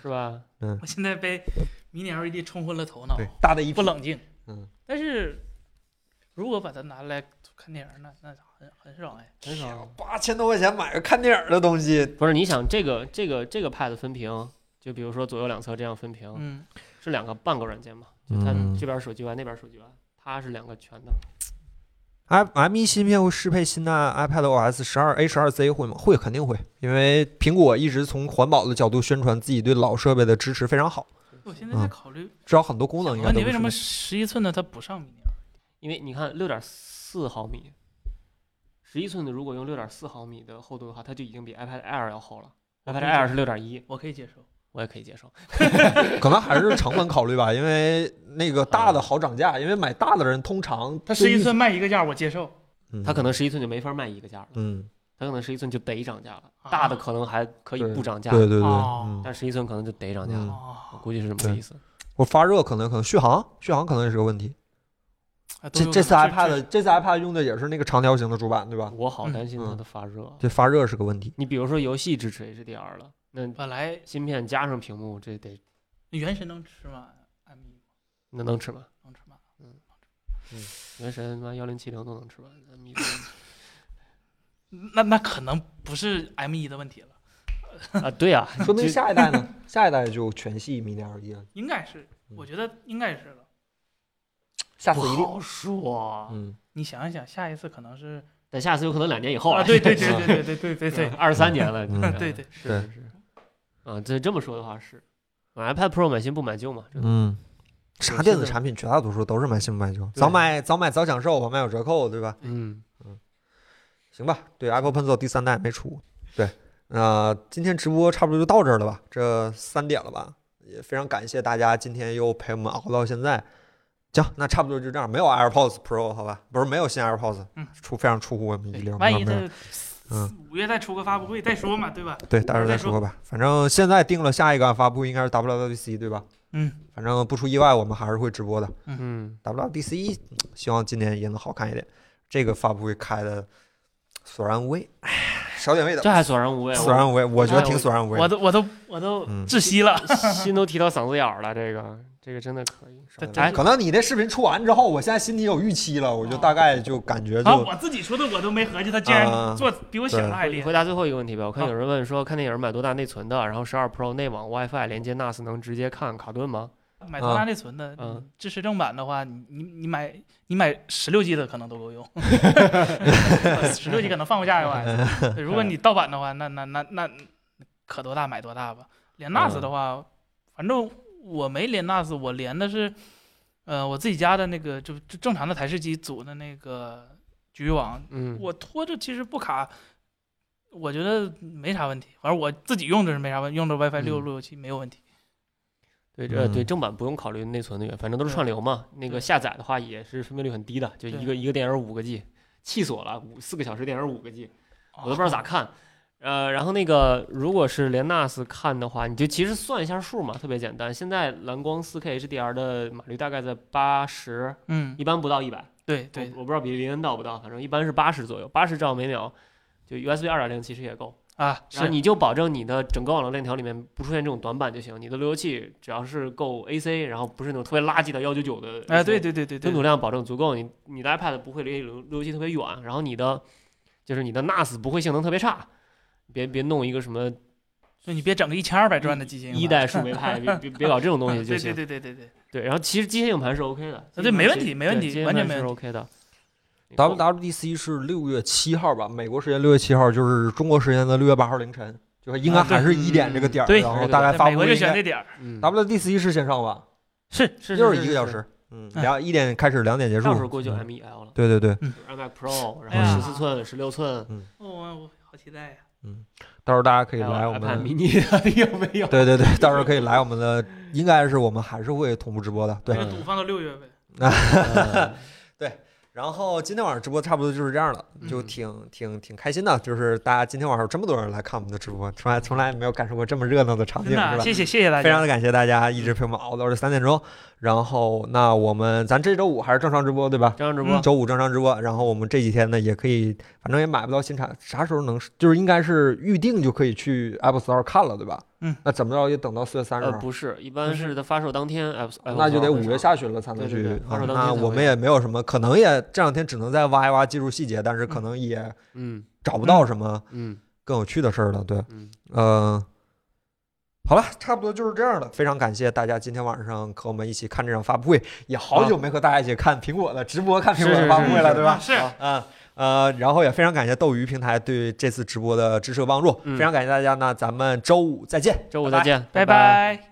Speaker 4: 是吧？
Speaker 2: 我现在被迷你 LED 冲昏了头脑，
Speaker 1: 对，大的一批
Speaker 2: 不。冷静。
Speaker 1: 嗯，
Speaker 2: 但是如果把它拿来看电影，那那很很爽哎。
Speaker 4: 很少。
Speaker 1: 八千多块钱买个看电影的东西，
Speaker 4: 不是，你想这个这个这个 Pad 分屏，就比如说左右两侧这样分屏，
Speaker 2: 嗯，
Speaker 4: 是两个半个软件嘛？就它
Speaker 1: 嗯
Speaker 4: 这边手机玩，那边手机玩，它是两个全的。
Speaker 1: M M 一 E 芯片会适配新的 iPad OS 十二 A 十二 Z 会吗？会，肯定会，因为苹果一直从环保的角度宣传自己对老设备的支持非常好，
Speaker 2: 我现在在
Speaker 1: 嗯
Speaker 2: 考虑，
Speaker 1: 至少很多功能应该
Speaker 2: 问
Speaker 1: 都
Speaker 2: 你
Speaker 1: 是
Speaker 2: 为什么十一寸的它不上迷你
Speaker 4: 因为你看六点四毫米，十一寸的如果用六点四毫米的厚度的话，它就已经比 iPad Air 要厚了。iPad Air 是六点一，
Speaker 2: 我可以接受。
Speaker 4: 我也可以接受。
Speaker 1: 嗯可能还是成本考虑吧，因为那个大的好涨价，因为买大的人通常对
Speaker 2: 它十
Speaker 1: 于
Speaker 2: 一，寸卖一个价，我接受。
Speaker 1: 嗯
Speaker 4: 它可能十一寸就没法卖一个价了，
Speaker 1: 嗯，
Speaker 4: 它可能十一寸就得涨价了。
Speaker 2: 啊
Speaker 4: 大的可能还可以不涨价，
Speaker 1: 对对对，
Speaker 2: 哦
Speaker 1: 嗯，
Speaker 4: 但十一寸可能就得涨价
Speaker 1: 嗯
Speaker 4: 了。我
Speaker 2: 哦，
Speaker 4: 估计是这么个意思。
Speaker 1: 我发热可能可能续航续航可能也是个问题。
Speaker 2: 啊都
Speaker 1: 这
Speaker 2: 有
Speaker 1: 这
Speaker 2: 可
Speaker 1: 次
Speaker 2: 能这
Speaker 1: iPad 这次 iPad 用的也是那个长条形的主板对吧？
Speaker 4: 我好
Speaker 2: 嗯
Speaker 4: 担心它
Speaker 1: 嗯
Speaker 4: 的发热。
Speaker 1: 这发热是个问题。
Speaker 4: 你比如说游戏支持 HDR 了，那
Speaker 2: 本来
Speaker 4: 芯片加上屏幕，这得
Speaker 2: 原神能吃吗？M 一
Speaker 4: 那能吃吗？
Speaker 2: 能吃吗？
Speaker 4: 原神他妈幺零七零都能吃完，那米 *laughs*
Speaker 2: 那那可能不是 M E 一的问题了，
Speaker 4: 啊，对呀、
Speaker 1: 说明
Speaker 4: 这
Speaker 1: 下一代呢？下一代就全系 Mini LED 了，
Speaker 2: 应该是，
Speaker 1: 嗯
Speaker 2: 我觉得应该是了。
Speaker 1: 下
Speaker 4: 不
Speaker 1: 次一定。
Speaker 4: 好说。
Speaker 1: 嗯，
Speaker 2: 你想一想，下一次可能是
Speaker 4: 等下次有可能两年以后
Speaker 2: 啊，
Speaker 4: 了，
Speaker 2: 对
Speaker 4: *laughs*
Speaker 2: 对对对对对对对对，
Speaker 4: 二三年了，
Speaker 1: 哦嗯
Speaker 4: 这个
Speaker 2: 对对
Speaker 4: 是是是，啊，这这么说的话是，买 iPad Pro 买新不买旧嘛？这个
Speaker 1: 嗯，啥电子产品绝大多数都是买新不买旧，
Speaker 4: 对
Speaker 1: 早买早买早享受，晚买有折扣，对吧？
Speaker 4: 嗯，
Speaker 1: 行吧，对，Apple Pencil 第三代没出，对，那、今天直播差不多就到这儿了吧，这三点了吧，也非常感谢大家今天又陪我们熬到现在。行，那差不多就这样，没有 AirPods Pro 好吧？不是没有新 AirPods，
Speaker 2: 嗯
Speaker 1: 出非常出乎我们意料。
Speaker 2: 万
Speaker 1: 没
Speaker 2: 一
Speaker 1: 有没有
Speaker 2: 它
Speaker 1: 嗯
Speaker 2: 五月再出个发布会再说嘛，对吧？
Speaker 1: 对，到时候再说吧。反正现在定了下一个发布应该是 WWDC 对吧？
Speaker 2: 嗯，
Speaker 1: 反正不出意外，我们还是会直播的。
Speaker 4: 嗯，
Speaker 1: WDC 希望今年也能好看一点。这个发布会开的索然无味，唉 *sighs* 少点味道，
Speaker 4: 这还索然
Speaker 1: *laughs*
Speaker 4: 无味。啊
Speaker 1: 索然无味，我觉得挺索然无味
Speaker 2: 我
Speaker 1: 的。
Speaker 2: 都我都我都
Speaker 1: 嗯
Speaker 2: 窒息了。
Speaker 4: 我心都提到嗓子眼儿了，这个这个真的可以。
Speaker 1: 少点味
Speaker 4: 哎
Speaker 1: 可能你这视频出完之后，我现在心里有预期了，我就大概就感觉
Speaker 2: 啊，
Speaker 1: 就
Speaker 2: 我自己说的我都没合计，他竟
Speaker 1: 啊
Speaker 2: 然做比我想的还厉
Speaker 4: 你
Speaker 2: 害
Speaker 4: 回。答最后一个问题吧。我看
Speaker 2: 好
Speaker 4: 有人问说，看电影买多大内存的？然后十二 Pro 内网 WiFi 连接 NAS 能直接看卡顿吗？
Speaker 2: 买多大内存的，
Speaker 4: 嗯
Speaker 2: 你支持正版的话，你你你买你买十六 G 的可能都够
Speaker 4: *laughs*
Speaker 2: 用，十六 G 可能放不下
Speaker 4: *laughs*
Speaker 2: iOS。如果你盗版的话，那那那那可多大买多大吧。连
Speaker 4: 啊
Speaker 2: NAS 的话，反正我没连 NAS，我连的是呃我自己家的那个就就正常的台式机组的那个局域网，
Speaker 4: 嗯，
Speaker 2: 我拖着其实不卡，我觉得没啥问题。反正我自己用着是没啥问，用着 WiFi 六
Speaker 4: 嗯
Speaker 2: 路由器没有问题。
Speaker 4: 对，这呃
Speaker 1: 嗯
Speaker 4: 对正版不用考虑内存的原因，反正都是
Speaker 2: 对
Speaker 4: 串流嘛。那个
Speaker 2: 对
Speaker 4: 下载的话也是分辨率很低的，就
Speaker 2: 对
Speaker 4: 一个一个电影五个 G，气死我了，五四个小时电影五个 G，我都不知道咋
Speaker 2: 看。
Speaker 4: 看。呃，然后那个如果是连 NAS 看的话，你就其实算一下数嘛，特别简单。现在蓝光 4K HDR 的码率大概在八十，
Speaker 2: 嗯，
Speaker 4: 一般不到一百。
Speaker 2: 对对
Speaker 4: 我我不知道比例恩到不到，反正一般是八十左右，八十兆每秒，就 USB 二点零其实也够。
Speaker 2: 啊，
Speaker 4: 然
Speaker 2: 是
Speaker 4: 后你就保证你的整个网络链条里面不出现这种短板就行，你的路由器只要是够 AC，然后不是那种特别垃圾的幺九九的 AC，
Speaker 2: 哎，对对对对
Speaker 4: 吞吐
Speaker 2: 对，
Speaker 4: 量保证足够，你你的 iPad 不会离路路由器特别远，然后你的就是你的 NAS 不会性能特别差，别别弄一个什么
Speaker 2: 就你别整个一千二百转的机型，
Speaker 4: 一代树莓派，别别别搞这种东西就
Speaker 2: *laughs* 对
Speaker 4: 行
Speaker 2: 对。对对对对，
Speaker 4: 对，然后其实机械硬盘是 OK 的，
Speaker 2: 对没问题没问题
Speaker 4: 对机械硬
Speaker 2: 完全没
Speaker 4: 盘是
Speaker 2: 问
Speaker 4: OK 的。哦
Speaker 1: WWDC 是六月七号吧，美国时间六月七号，就是中国时间的六月八号凌晨，就是应该
Speaker 2: 啊对
Speaker 1: 还是一点这个点儿，
Speaker 2: 对
Speaker 1: 然后大概 *laughs* 发
Speaker 2: 美
Speaker 1: 布
Speaker 2: 国
Speaker 1: 会
Speaker 2: 就
Speaker 1: 应
Speaker 2: 选
Speaker 1: 该
Speaker 2: 这点
Speaker 1: *laughs*
Speaker 2: 儿，
Speaker 4: 嗯，
Speaker 1: WWDC 是线上吧，
Speaker 2: 是
Speaker 4: 是
Speaker 1: 又一个小，时，嗯，
Speaker 2: 嗯
Speaker 1: 两一点开始，两点结
Speaker 4: 是
Speaker 1: 束，
Speaker 4: 到时候估计就
Speaker 1: 嗯
Speaker 4: M 1 L 了
Speaker 1: 对对对，
Speaker 4: 就是，iMac Pro，
Speaker 1: 哎
Speaker 4: 然
Speaker 1: 呀
Speaker 4: 后十四寸、十六寸，
Speaker 2: 我哦我好期待呀。
Speaker 1: 到时候大家可
Speaker 4: 还
Speaker 3: 哎
Speaker 1: 以
Speaker 4: 有
Speaker 1: 来我
Speaker 4: iPad
Speaker 1: 们，
Speaker 4: mini *laughs* 有没有？
Speaker 1: 对对对，到时候可以来我们的，应该是我们还是会同步直播的，对。
Speaker 2: 那赌放到六月呗。
Speaker 4: 嗯
Speaker 1: 然后今天晚上直播差不多就是这样了，就
Speaker 4: 嗯
Speaker 1: 挺挺挺开心的，就是大家今天晚上有这么多人来看我们的直播，从来从来没有感受过这么热闹的场景，
Speaker 2: 真
Speaker 1: 是
Speaker 2: 的
Speaker 1: 吧
Speaker 2: 啊，？谢谢谢谢大
Speaker 1: 非常
Speaker 2: 家。
Speaker 1: 的感谢大家一直陪我们熬到这三点钟。然后，那我们咱这周五还是正常直播，对吧？
Speaker 4: 这样直播
Speaker 2: 嗯
Speaker 1: 周五正常直播，然后我们这几天呢也可以，反正也买不到新产，啥时候能就是应该是预定就可以去 Apple Store 看了，对吧？
Speaker 2: 嗯，
Speaker 1: 那怎么着也等到四月三十
Speaker 4: 呃
Speaker 1: 号，
Speaker 4: 不是，一般
Speaker 2: 不是
Speaker 4: 是它发售当天，哎不是哎
Speaker 1: 那就得
Speaker 4: 不
Speaker 1: 五
Speaker 4: 是
Speaker 1: 月下旬了才能
Speaker 4: 对
Speaker 1: 去
Speaker 4: 对对
Speaker 1: 啊
Speaker 4: 二十多天
Speaker 1: 那
Speaker 4: 才
Speaker 1: 我们
Speaker 4: 会
Speaker 1: 也没有什么，可能也这两天只能再挖一挖技术细节，但是可
Speaker 2: 嗯
Speaker 1: 能也
Speaker 4: 嗯
Speaker 1: 找不到什么
Speaker 4: 嗯
Speaker 1: 更有趣的事儿了，对。
Speaker 4: 嗯，
Speaker 1: 嗯，好了，差不多就是这样了。非常感谢大家今天晚上和我们一起看这场发布会，也好久没和大家一起看苹果的直播看苹果
Speaker 4: 啊是
Speaker 1: 的
Speaker 4: 是
Speaker 1: 发布会
Speaker 4: 是
Speaker 1: 了，
Speaker 4: 是
Speaker 1: 对吧？
Speaker 2: 是
Speaker 1: 嗯。呃，然后也非常感谢斗鱼平台对这次直播的支持和帮助，
Speaker 4: 嗯
Speaker 1: 非常感谢大家。那咱们周五再见，
Speaker 4: 周五
Speaker 1: 拜
Speaker 4: 再
Speaker 1: 拜
Speaker 4: 见，
Speaker 2: 拜拜。